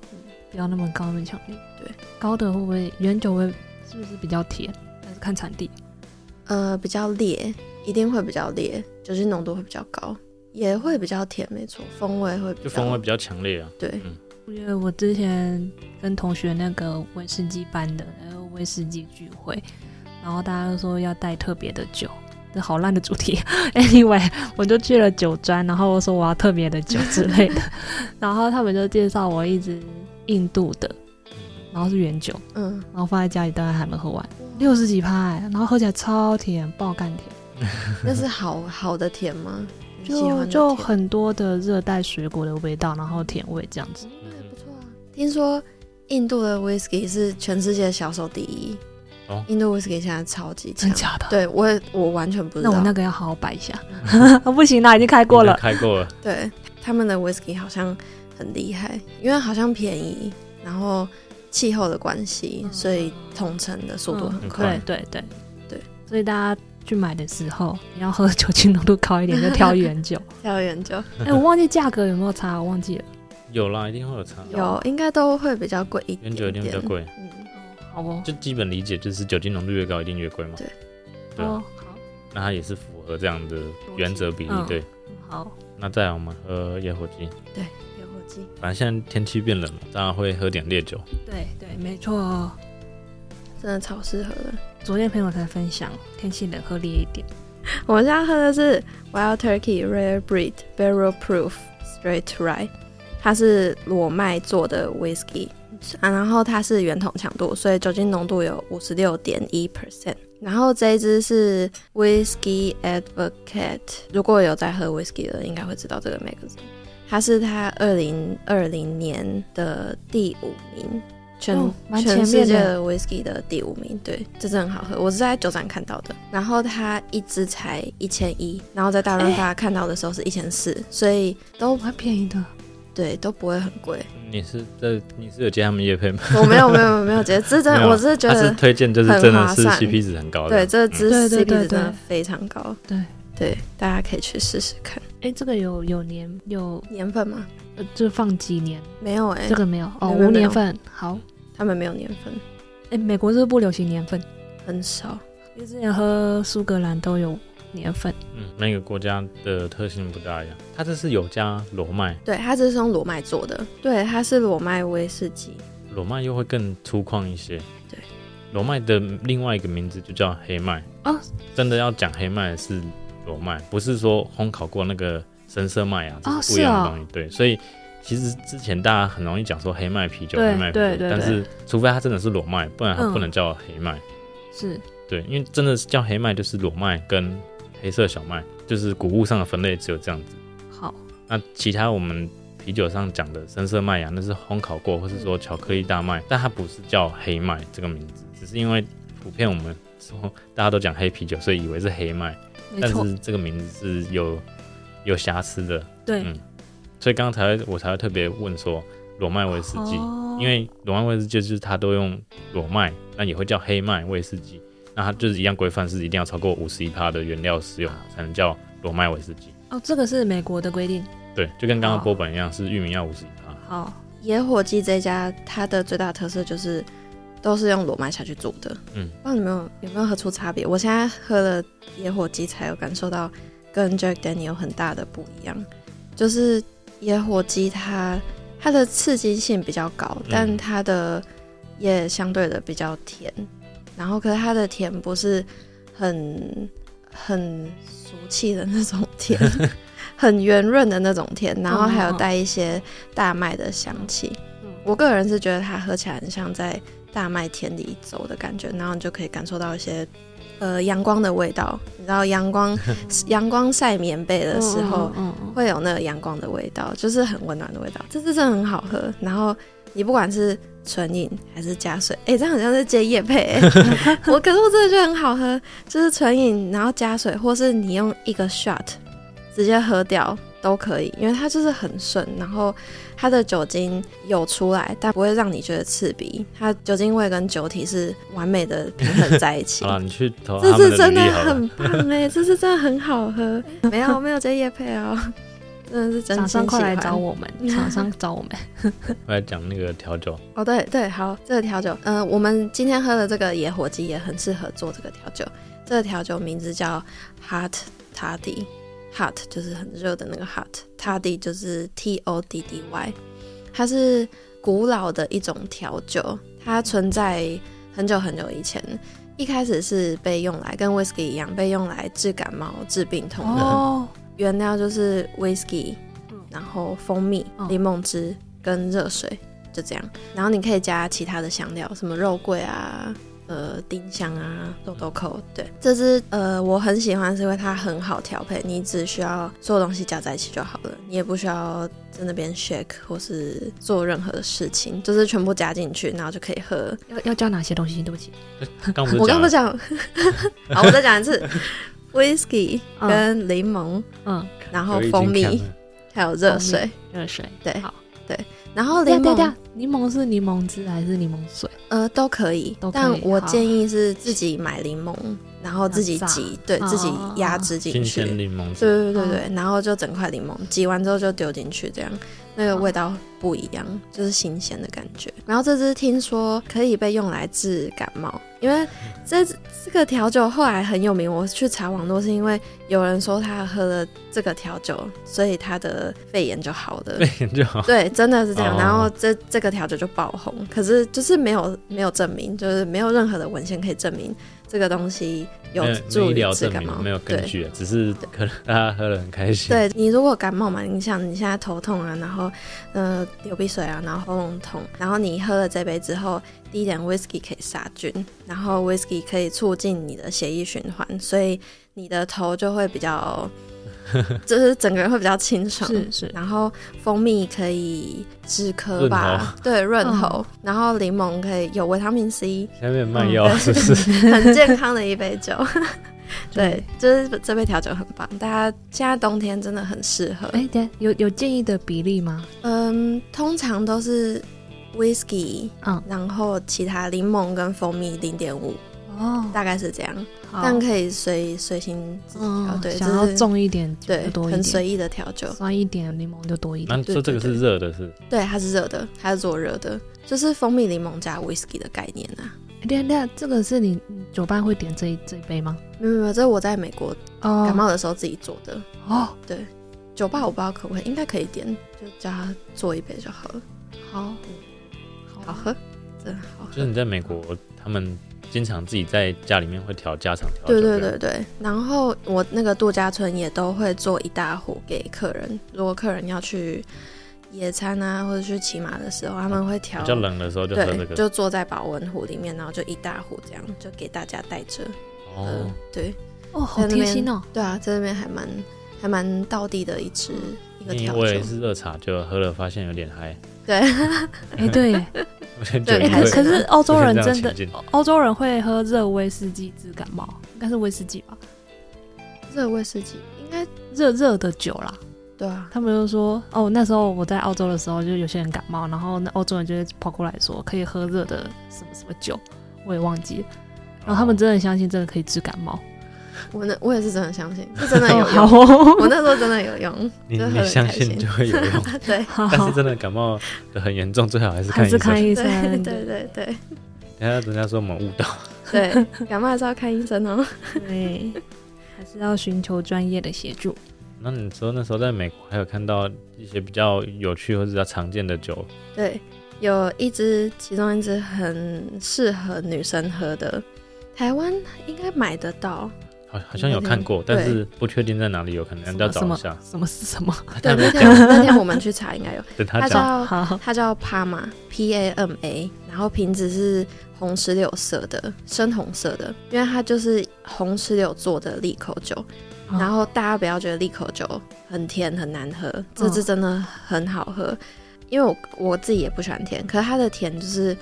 [SPEAKER 2] 不要那么高那么强烈。
[SPEAKER 1] 对，
[SPEAKER 2] 高的会不会原酒会是不是比较甜？还是看产地。
[SPEAKER 1] 呃，比较烈，一定会比较烈，酒精浓度会比较高，也会比较甜，没错，风味会比
[SPEAKER 3] 就
[SPEAKER 1] 较
[SPEAKER 3] 风味比较强烈啊。
[SPEAKER 1] 对，
[SPEAKER 2] 因为我之前跟同学那个威士忌班的那个威士忌聚会，然后大家都说要带特别的酒，这好烂的主题。anyway，我就去了酒庄，然后我说我要特别的酒之类 的，然后他们就介绍我一支印度的，然后是原酒，
[SPEAKER 1] 嗯，
[SPEAKER 2] 然后放在家里，当然还没喝完，六十几趴、欸，然后喝起来超甜，爆干甜。
[SPEAKER 1] 那是好好的甜吗？你喜欢
[SPEAKER 2] 就
[SPEAKER 1] 的
[SPEAKER 2] 就
[SPEAKER 1] 甜
[SPEAKER 2] 很多的热带水果的味道，然后甜味这样子。
[SPEAKER 1] 那
[SPEAKER 3] 嗯
[SPEAKER 1] 也不错啊。听说印度的 whisky 是全世界销售第一，
[SPEAKER 3] 哦
[SPEAKER 1] 印度 whisky 现在超级强
[SPEAKER 2] 真。假的？
[SPEAKER 1] 对我也我完全不知
[SPEAKER 2] 那
[SPEAKER 1] 道。
[SPEAKER 2] 我那个要好好摆一下。 不行啦，已经开过
[SPEAKER 3] 应该
[SPEAKER 2] 了。
[SPEAKER 3] 开过了，
[SPEAKER 1] 对他们的 whisky 好像很厉害，因为好像便宜，然后气候的关系，
[SPEAKER 2] 嗯
[SPEAKER 1] 所以统称的速度很
[SPEAKER 3] 很
[SPEAKER 1] 快。
[SPEAKER 3] 快
[SPEAKER 2] 对嗯对对
[SPEAKER 1] 对，
[SPEAKER 2] 所以大家去买的时候，你要喝酒精浓度高一点，就挑 原酒。
[SPEAKER 1] 校园
[SPEAKER 3] 啊
[SPEAKER 1] 就
[SPEAKER 2] 哎、我忘记价格有没有差，我忘记了。
[SPEAKER 3] 有啦，一定会有差。
[SPEAKER 1] 有，应该都会比较贵一点
[SPEAKER 3] 原酒一定比较贵，
[SPEAKER 1] 嗯，
[SPEAKER 2] 好哦，
[SPEAKER 3] 就基本理解就是酒精浓度越高，一定越贵嘛。
[SPEAKER 1] 对，
[SPEAKER 3] 对啊
[SPEAKER 2] 哦，，好，
[SPEAKER 3] 那它也是符合这样的原则比例。
[SPEAKER 2] 嗯
[SPEAKER 3] 对，
[SPEAKER 2] 好，
[SPEAKER 3] 那再来我们喝野火鸡，
[SPEAKER 1] 有火鸡。
[SPEAKER 3] 反正现在天气变冷了，当然会喝点烈酒。
[SPEAKER 2] 对对，没错。哦
[SPEAKER 1] 真的超适合的。
[SPEAKER 2] 昨天朋友才分享，天气冷喝烈一点。
[SPEAKER 1] 我们现在喝的是 Wild Turkey Rare Breed Barrel Proof Straight Rye，它是裸麦做的 whisky，啊，然后它是圆筒强度，所以酒精浓度有五十六点一 percent。然后这一支是 Whisky Advocate，如果有在喝 whisky 的，应该会知道这个 magazine。它是它二零二零年的第五名，全、
[SPEAKER 2] 哦蛮前
[SPEAKER 1] 全
[SPEAKER 2] 面的
[SPEAKER 1] 世界的 whisky 的第五名。对，这真的很好喝，我是在酒展看到的。然后它一支才一千一，然后在大润
[SPEAKER 2] 哎
[SPEAKER 1] 发看到的时候是一千四，所以都
[SPEAKER 2] 蛮便宜的，
[SPEAKER 1] 对都不会很贵。
[SPEAKER 3] 你是在你是有接他们夜配吗？
[SPEAKER 1] 我没有没有没有觉得这真
[SPEAKER 3] 没
[SPEAKER 1] 的，
[SPEAKER 3] 有
[SPEAKER 1] 我只是觉
[SPEAKER 3] 他是嗯
[SPEAKER 1] 得
[SPEAKER 3] 推荐，就是
[SPEAKER 1] 很
[SPEAKER 3] 真的
[SPEAKER 1] 划
[SPEAKER 3] 是
[SPEAKER 1] 算
[SPEAKER 3] CP 值很高的。
[SPEAKER 1] 对这支
[SPEAKER 2] 对
[SPEAKER 1] CP
[SPEAKER 2] 对对
[SPEAKER 1] 值真的
[SPEAKER 2] 对
[SPEAKER 1] 非常高。
[SPEAKER 2] 对
[SPEAKER 1] 对，大家可以去试试看。
[SPEAKER 2] 哎、这个有有年有，
[SPEAKER 1] 年份吗？
[SPEAKER 2] 呃，就放几年？
[SPEAKER 1] 没有哎、
[SPEAKER 2] 这个没有
[SPEAKER 1] 没
[SPEAKER 2] 哦，
[SPEAKER 1] 有
[SPEAKER 2] 无
[SPEAKER 1] 没有
[SPEAKER 2] 年份。好，
[SPEAKER 1] 他们没有年份，
[SPEAKER 2] 哎、美国是不是不流行年份？
[SPEAKER 1] 很少。
[SPEAKER 2] 因为之前喝苏格兰都有年份。
[SPEAKER 3] 嗯，每个国家的特性不大一样。它这是有加裸麦，
[SPEAKER 1] 对，它这是用裸麦做的，对，它是裸麦威士忌。
[SPEAKER 3] 裸麦又会更粗犷一些。
[SPEAKER 1] 对，
[SPEAKER 3] 裸麦的另外一个名字就叫黑麦
[SPEAKER 2] 哦。
[SPEAKER 3] 真的要讲黑麦是裸麦，不是说烘烤过那个深色麦啊，
[SPEAKER 2] 哦
[SPEAKER 3] 这是不一样
[SPEAKER 2] 是
[SPEAKER 3] 的
[SPEAKER 2] 哦
[SPEAKER 3] 东西。对，所以其实之前大家很容易讲说黑麦啤酒，
[SPEAKER 2] 对
[SPEAKER 3] 黑麦啤
[SPEAKER 2] 对
[SPEAKER 3] 酒，
[SPEAKER 2] 对
[SPEAKER 3] 但是除非它真的是裸麦，不然它
[SPEAKER 2] 嗯
[SPEAKER 3] 不能叫黑麦。
[SPEAKER 2] 是，
[SPEAKER 3] 对，因为真的是叫黑麦就是裸麦跟黑色小麦，就是谷物上的分类只有这样子。
[SPEAKER 2] 好，
[SPEAKER 3] 那其他我们啤酒上讲的深色麦芽，那是烘烤过，或是说巧克力大麦，但它不是叫黑麦这个名字，只是因为普遍我们说大家都讲黑啤酒，所以以为是黑麦，
[SPEAKER 2] 没
[SPEAKER 3] 但
[SPEAKER 2] 错，
[SPEAKER 3] 是这个名字是有有瑕疵的，
[SPEAKER 2] 对，
[SPEAKER 3] 嗯所以刚才我才会特别问说裸麦威士忌，
[SPEAKER 2] 哦
[SPEAKER 3] 因为裸麦威士忌就是它都用裸麦，那也会叫黑麦威士忌，那它就是一样规范是一定要超过五十一帕的原料使用才能叫裸麦威士忌。
[SPEAKER 2] 哦，这个是美国的规定。
[SPEAKER 3] 对，就跟刚刚
[SPEAKER 2] 好
[SPEAKER 3] 波本一样，是玉米要五十一帕。
[SPEAKER 2] 好，
[SPEAKER 1] 野火鸡这家，它的最大特色就是都是用裸麦下去做的。
[SPEAKER 3] 嗯，
[SPEAKER 1] 不知道你们有有没有喝出差别？我现在喝了野火鸡，才有感受到跟 Jack Daniel 很大的不一样。就是野火鸡它它的刺激性比较高，但它的也相对的比较甜。然后，可是它的甜不是很很俗气的那种 甜， 很圆润的那种甜，然后还有带一些大麦的香气。
[SPEAKER 2] 嗯
[SPEAKER 1] 我个人是觉得它喝起来很像在大麦田里走的感觉，然后你就可以感受到一些呃阳光的味道。你知道阳 光阳光晒棉被的时候，
[SPEAKER 2] 嗯嗯嗯
[SPEAKER 1] 会有那个阳光的味道，就是很温暖的味道。这支真的很好喝，然后你不管是纯饮还是加水，哎、这样好像是接夜配、欸。我可是我真的觉得很好喝，就是纯饮，然后加水，或是你用一个 shot 直接喝掉，都可以，因为它就是很顺，然后它的酒精有出来，但不会让你觉得刺鼻，它酒精味跟酒体是完美的平衡在一 起
[SPEAKER 3] 好。了，你去投
[SPEAKER 1] 这
[SPEAKER 3] 哦他们
[SPEAKER 1] 次
[SPEAKER 3] 的
[SPEAKER 1] 真
[SPEAKER 3] 履
[SPEAKER 1] 的
[SPEAKER 3] 历好了。
[SPEAKER 1] 很棒 哎、这次真的很好 喝，没有没有这夜配哦，真的是真
[SPEAKER 2] 厂
[SPEAKER 1] 心
[SPEAKER 2] 商快
[SPEAKER 1] 喜
[SPEAKER 2] 来
[SPEAKER 1] 欢
[SPEAKER 2] 找 我们，厂商找我们。
[SPEAKER 3] 我来讲那个调酒，
[SPEAKER 1] 哦，对对，好，这个调酒，呃，我们今天喝的这个野火鸡也很适合做这个调酒。这个调酒名字叫 Hot Toddy，Hot 就是很热的那个 Hot，Toddy 就是 T O D D Y，它是古老的一种调酒，它存在很久很久以前。一开始是被用来跟 whisky 一样被用来治感冒、治病痛的，
[SPEAKER 2] 哦，
[SPEAKER 1] 原料就是 whisky，
[SPEAKER 2] 嗯
[SPEAKER 1] 然后蜂蜜
[SPEAKER 2] 嗯、
[SPEAKER 1] 柠檬汁跟热水，就这样。然后你可以加其他的香料，什么肉桂啊、呃丁香啊、豆豆
[SPEAKER 2] 嗯
[SPEAKER 1] 蔻。对，这支呃我很喜欢，是因为它很好调配，你只需要所有东西加在一起就好了，你也不需要在那边 shake 或是做任何的事情，就是全部加进去，然后就可以喝。
[SPEAKER 2] 要要加哪些东西？对不起，
[SPEAKER 3] 刚
[SPEAKER 2] 嗯
[SPEAKER 3] 不是
[SPEAKER 1] 我刚不
[SPEAKER 3] 讲了
[SPEAKER 1] 讲，好，我再讲一次，whisky
[SPEAKER 2] 嗯
[SPEAKER 1] 跟柠檬，
[SPEAKER 2] 嗯，
[SPEAKER 1] 然后
[SPEAKER 3] 我已经
[SPEAKER 1] 蜂
[SPEAKER 3] 看
[SPEAKER 1] 蜜
[SPEAKER 3] 了
[SPEAKER 1] 还有热
[SPEAKER 2] 蜂蜜
[SPEAKER 1] 水。
[SPEAKER 2] 热水。
[SPEAKER 1] 对
[SPEAKER 2] 好，
[SPEAKER 1] 然后
[SPEAKER 2] 对
[SPEAKER 1] 柠
[SPEAKER 2] 啊对啊对啊
[SPEAKER 1] 檬，
[SPEAKER 2] 柠檬是柠檬汁还是柠檬水？
[SPEAKER 1] 呃都可以
[SPEAKER 2] 都，可以
[SPEAKER 1] 但我
[SPEAKER 2] 好
[SPEAKER 1] 建议是自己买柠檬，然后自己
[SPEAKER 2] 要榨
[SPEAKER 1] 挤，对
[SPEAKER 2] 哦
[SPEAKER 1] 自己压制进
[SPEAKER 3] 新
[SPEAKER 1] 去，
[SPEAKER 3] 鲜柠檬汁，
[SPEAKER 2] 啊
[SPEAKER 1] 对对对对，然后就整块柠檬挤完之后就丢进去，这样那个味道不一样，就是新鲜的感觉。然后这支听说可以被用来治感冒，因为这这个调酒后来很有名，我去查网络是因为有人说他喝了这个调酒，所以他的肺炎就好 了。
[SPEAKER 3] 对，就好。
[SPEAKER 1] 对，真的是这样。
[SPEAKER 3] 哦
[SPEAKER 1] 然后这这个调酒就爆红，可是就是没有没有证明，就是没有任何的文献可以证明这个东西有
[SPEAKER 3] 没有没有
[SPEAKER 1] 助
[SPEAKER 3] 医
[SPEAKER 1] 于
[SPEAKER 3] 疗
[SPEAKER 1] 治
[SPEAKER 3] 证
[SPEAKER 1] 感冒
[SPEAKER 3] 明，没有根
[SPEAKER 1] 对
[SPEAKER 3] 据啊，只是可能大家喝得很开心。
[SPEAKER 1] 对你如果感冒嘛，你想你现在头痛啊，然后呃流鼻水啊，然后喉咙痛，然后你喝了这杯之后，第一点 whisky 可以杀菌，然后 whisky 可以促进你的血液循环，所以你的头就会比较，就是整个人会比较清爽。
[SPEAKER 2] 是是，
[SPEAKER 1] 然后蜂蜜可以止咳
[SPEAKER 3] 润
[SPEAKER 1] 吧
[SPEAKER 3] 喉，
[SPEAKER 1] 对润喉，然后柠檬可以有维他命 C，
[SPEAKER 3] 下面卖
[SPEAKER 1] 嗯
[SPEAKER 3] 药 是不是？
[SPEAKER 1] 很健康的一杯酒。 对，就是这杯调酒很棒，大家现在冬天真的很适合。
[SPEAKER 2] 哎，等一下有有建议的比例吗？
[SPEAKER 1] 嗯，通常都是 whisky，
[SPEAKER 2] 嗯，
[SPEAKER 1] 然后其他柠檬跟蜂蜜零点五，
[SPEAKER 2] 哦，
[SPEAKER 1] 大概是这样，
[SPEAKER 2] 好
[SPEAKER 1] 但可以随随心自己调。
[SPEAKER 2] 嗯，
[SPEAKER 1] 对，
[SPEAKER 2] 想
[SPEAKER 1] 这
[SPEAKER 2] 要
[SPEAKER 1] 是
[SPEAKER 2] 重一点就
[SPEAKER 1] 对，
[SPEAKER 2] 多一
[SPEAKER 1] 很
[SPEAKER 2] 点，
[SPEAKER 1] 随意的调酒。
[SPEAKER 2] 酸一点柠檬就多一点。
[SPEAKER 3] 那说这个是热的，是
[SPEAKER 1] 对，它是热的，它是做热的，就是蜂蜜柠檬加 whisky 的概念啊。
[SPEAKER 2] 哎等一下等一下，这个是你你酒吧会点这一这一杯吗？
[SPEAKER 1] 没有没有，这是我在美国
[SPEAKER 2] 哦
[SPEAKER 1] 感冒的时候自己做的。
[SPEAKER 2] 哦，
[SPEAKER 1] 酒吧我不知道可不可以，应该可以点，就叫他做一杯就好了。
[SPEAKER 2] 好，
[SPEAKER 1] 好喝，真的好喝。
[SPEAKER 3] 就是你在美国，他们经常自己在家里面会调家常调酒。
[SPEAKER 1] 对对对对，然后我那个度假村也都会做一大壶给客人，如果客人要去野餐啊，或者去骑马的时候，他们会调
[SPEAKER 3] 哦比较冷的时候就喝这
[SPEAKER 1] 对，
[SPEAKER 3] 个。
[SPEAKER 1] 就坐在保温壶里面，然后就一大壶这样，就给大家带着。
[SPEAKER 3] 哦，
[SPEAKER 1] 对
[SPEAKER 2] 哦，好贴心哦。
[SPEAKER 1] 对啊，在那边还蛮还蛮道地的一支一个
[SPEAKER 3] 因
[SPEAKER 1] 调
[SPEAKER 3] 为
[SPEAKER 1] 酒，
[SPEAKER 3] 是热茶，就喝了发现有点嗨，
[SPEAKER 1] 对，
[SPEAKER 2] 哎， 对耶，
[SPEAKER 3] 我觉得酒
[SPEAKER 1] 对
[SPEAKER 3] 精
[SPEAKER 1] 还
[SPEAKER 2] 可
[SPEAKER 1] 是
[SPEAKER 2] 可
[SPEAKER 3] 会
[SPEAKER 2] 是欧洲人
[SPEAKER 3] 出
[SPEAKER 2] 真
[SPEAKER 3] 现这样的
[SPEAKER 2] 的
[SPEAKER 3] 情境，
[SPEAKER 2] 欧洲人会喝热威士忌治感冒，应该是威士忌吧？
[SPEAKER 1] 热威士忌应该
[SPEAKER 2] 热热的酒啦，
[SPEAKER 1] 对啊，
[SPEAKER 2] 他们就说哦，那时候我在澳洲的时候，就有些人感冒，然后那欧洲人就会跑过来说可以喝热的什么什么酒，我也忘记了。然后他们真的相信真的可以治感冒，
[SPEAKER 1] 我那我也是真的相信，是真 的有
[SPEAKER 2] 好
[SPEAKER 1] 用。
[SPEAKER 2] 哦，
[SPEAKER 1] 我那时候真的有用，
[SPEAKER 3] 你
[SPEAKER 1] 就喝得
[SPEAKER 3] 你
[SPEAKER 1] 很
[SPEAKER 3] 相
[SPEAKER 1] 开
[SPEAKER 3] 信
[SPEAKER 1] 心
[SPEAKER 3] 就会有 用，
[SPEAKER 1] 对
[SPEAKER 2] 好
[SPEAKER 3] 但
[SPEAKER 2] 好
[SPEAKER 3] 是，真的感冒的很严重，最好还是看
[SPEAKER 2] 还
[SPEAKER 3] 医
[SPEAKER 2] 是
[SPEAKER 3] 生。
[SPEAKER 2] 看医
[SPEAKER 1] 对对
[SPEAKER 2] 生，
[SPEAKER 1] 对对
[SPEAKER 3] 等下人家说我们误导，
[SPEAKER 1] 对，感冒还是要看医生哦。
[SPEAKER 2] 对，还是要寻求专业的协助。
[SPEAKER 3] 那你说那时候在美国还有看到一些比较有趣或者比较常见的酒，
[SPEAKER 1] 对，有一支，其中一支很适合女生喝的，台湾应该买得到。
[SPEAKER 3] 好好像有看
[SPEAKER 1] 嗯
[SPEAKER 3] 过，但是不确定在哪里有，可能要
[SPEAKER 2] 什
[SPEAKER 3] 找
[SPEAKER 2] 么
[SPEAKER 3] 一下。
[SPEAKER 2] 什么是什么？
[SPEAKER 1] 对，那天 那天我们去查，应该有。
[SPEAKER 3] 等他
[SPEAKER 1] 它
[SPEAKER 3] 讲，
[SPEAKER 1] 叫
[SPEAKER 2] 好，
[SPEAKER 1] 它叫 Pama P A M A，然后瓶子是红石榴色的，深红色的，因为它就是红石榴做的利口酒。
[SPEAKER 2] 哦
[SPEAKER 1] 然后大家不要觉得利口酒很甜很难喝，这支真的很好喝，因为我我自己也不喜欢甜，可是它的甜就是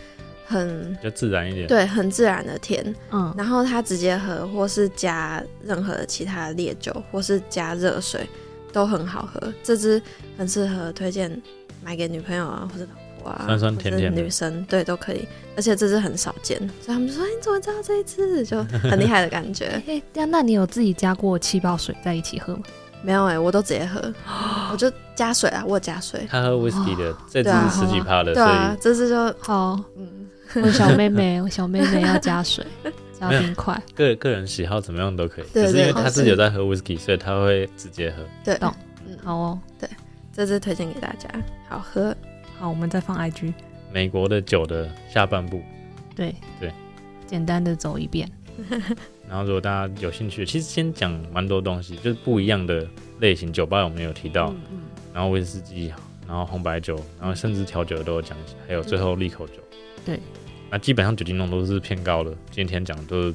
[SPEAKER 1] 很
[SPEAKER 3] 比较自然一点。
[SPEAKER 1] 对很自然的甜，
[SPEAKER 2] 嗯，
[SPEAKER 1] 然后它直接喝，或是加任何其他烈酒，或是加热水，都很好喝，这支很适合推荐买给女朋友啊，或者老婆啊，
[SPEAKER 3] 酸酸甜甜的
[SPEAKER 1] 或者女生对都可以，而且这支很少见，所以他们就说、哎你怎么知道这一支，就很厉害的感觉。
[SPEAKER 2] 哎、那那你有自己加过气泡水在一起喝吗？
[SPEAKER 1] 没有哎、我都直接喝，我就加水啊，我有加 水。
[SPEAKER 3] 他喝 whisky 的，这支
[SPEAKER 1] 对啊
[SPEAKER 3] 是十几趴的，
[SPEAKER 1] 对啊，这支就
[SPEAKER 2] 好，
[SPEAKER 1] 嗯，
[SPEAKER 2] 我小妹妹，我小妹妹要加水，加
[SPEAKER 3] 没有
[SPEAKER 2] 冰块。
[SPEAKER 3] 所以个个人喜好怎么样都可以。
[SPEAKER 1] 对哦
[SPEAKER 3] 只是因为
[SPEAKER 1] 对
[SPEAKER 3] 他自己有在喝 whisky，所以他会直接喝。
[SPEAKER 1] 对，
[SPEAKER 2] 懂
[SPEAKER 1] 嗯，
[SPEAKER 2] 好哦，
[SPEAKER 1] 这支推荐给大家，好喝。
[SPEAKER 2] 好，我们再放 IG，
[SPEAKER 3] 美国的酒的下半部，
[SPEAKER 2] 对
[SPEAKER 3] 对，
[SPEAKER 2] 简单的走一遍。
[SPEAKER 3] 然后如果大家有兴趣，其实先讲蛮多东西，就是不一样的类型酒吧我们有提到，
[SPEAKER 2] 嗯嗯，
[SPEAKER 3] 然后威士忌，然后红白酒，然后甚至调酒都有讲，还有最后利口酒。
[SPEAKER 2] 嗯对，
[SPEAKER 3] 那基本上酒精浓度是偏高的。今天讲的都是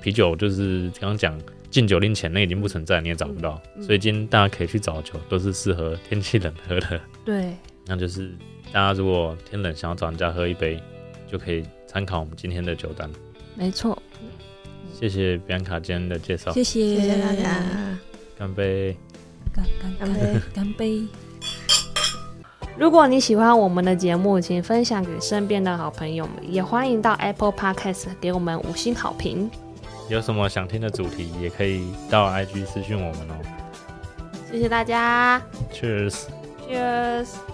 [SPEAKER 3] 啤酒，就是刚刚讲禁酒令前那已经不存在，你也找不到，
[SPEAKER 2] 嗯嗯
[SPEAKER 3] 所以今天大家可以去找酒，都是适合天气冷喝的。
[SPEAKER 2] 对，
[SPEAKER 3] 那就是大家如果天冷想要找人家喝一杯，就可以参考我们今天的酒单。
[SPEAKER 2] 没错，
[SPEAKER 3] 谢谢比安卡今天的介绍，
[SPEAKER 2] 谢谢
[SPEAKER 1] 谢谢大，家，
[SPEAKER 3] 干杯！
[SPEAKER 2] 干干
[SPEAKER 1] 干杯。
[SPEAKER 2] 干杯！
[SPEAKER 4] 如果你喜欢我们的节目，请分享给身边的好朋友们，也欢迎到 Apple Podcast 给我们五星好评。
[SPEAKER 3] 有什么想听的主题，也可以到 IG 私讯我们哦。
[SPEAKER 4] 谢谢大家
[SPEAKER 3] Cheers。
[SPEAKER 4] ，Cheers。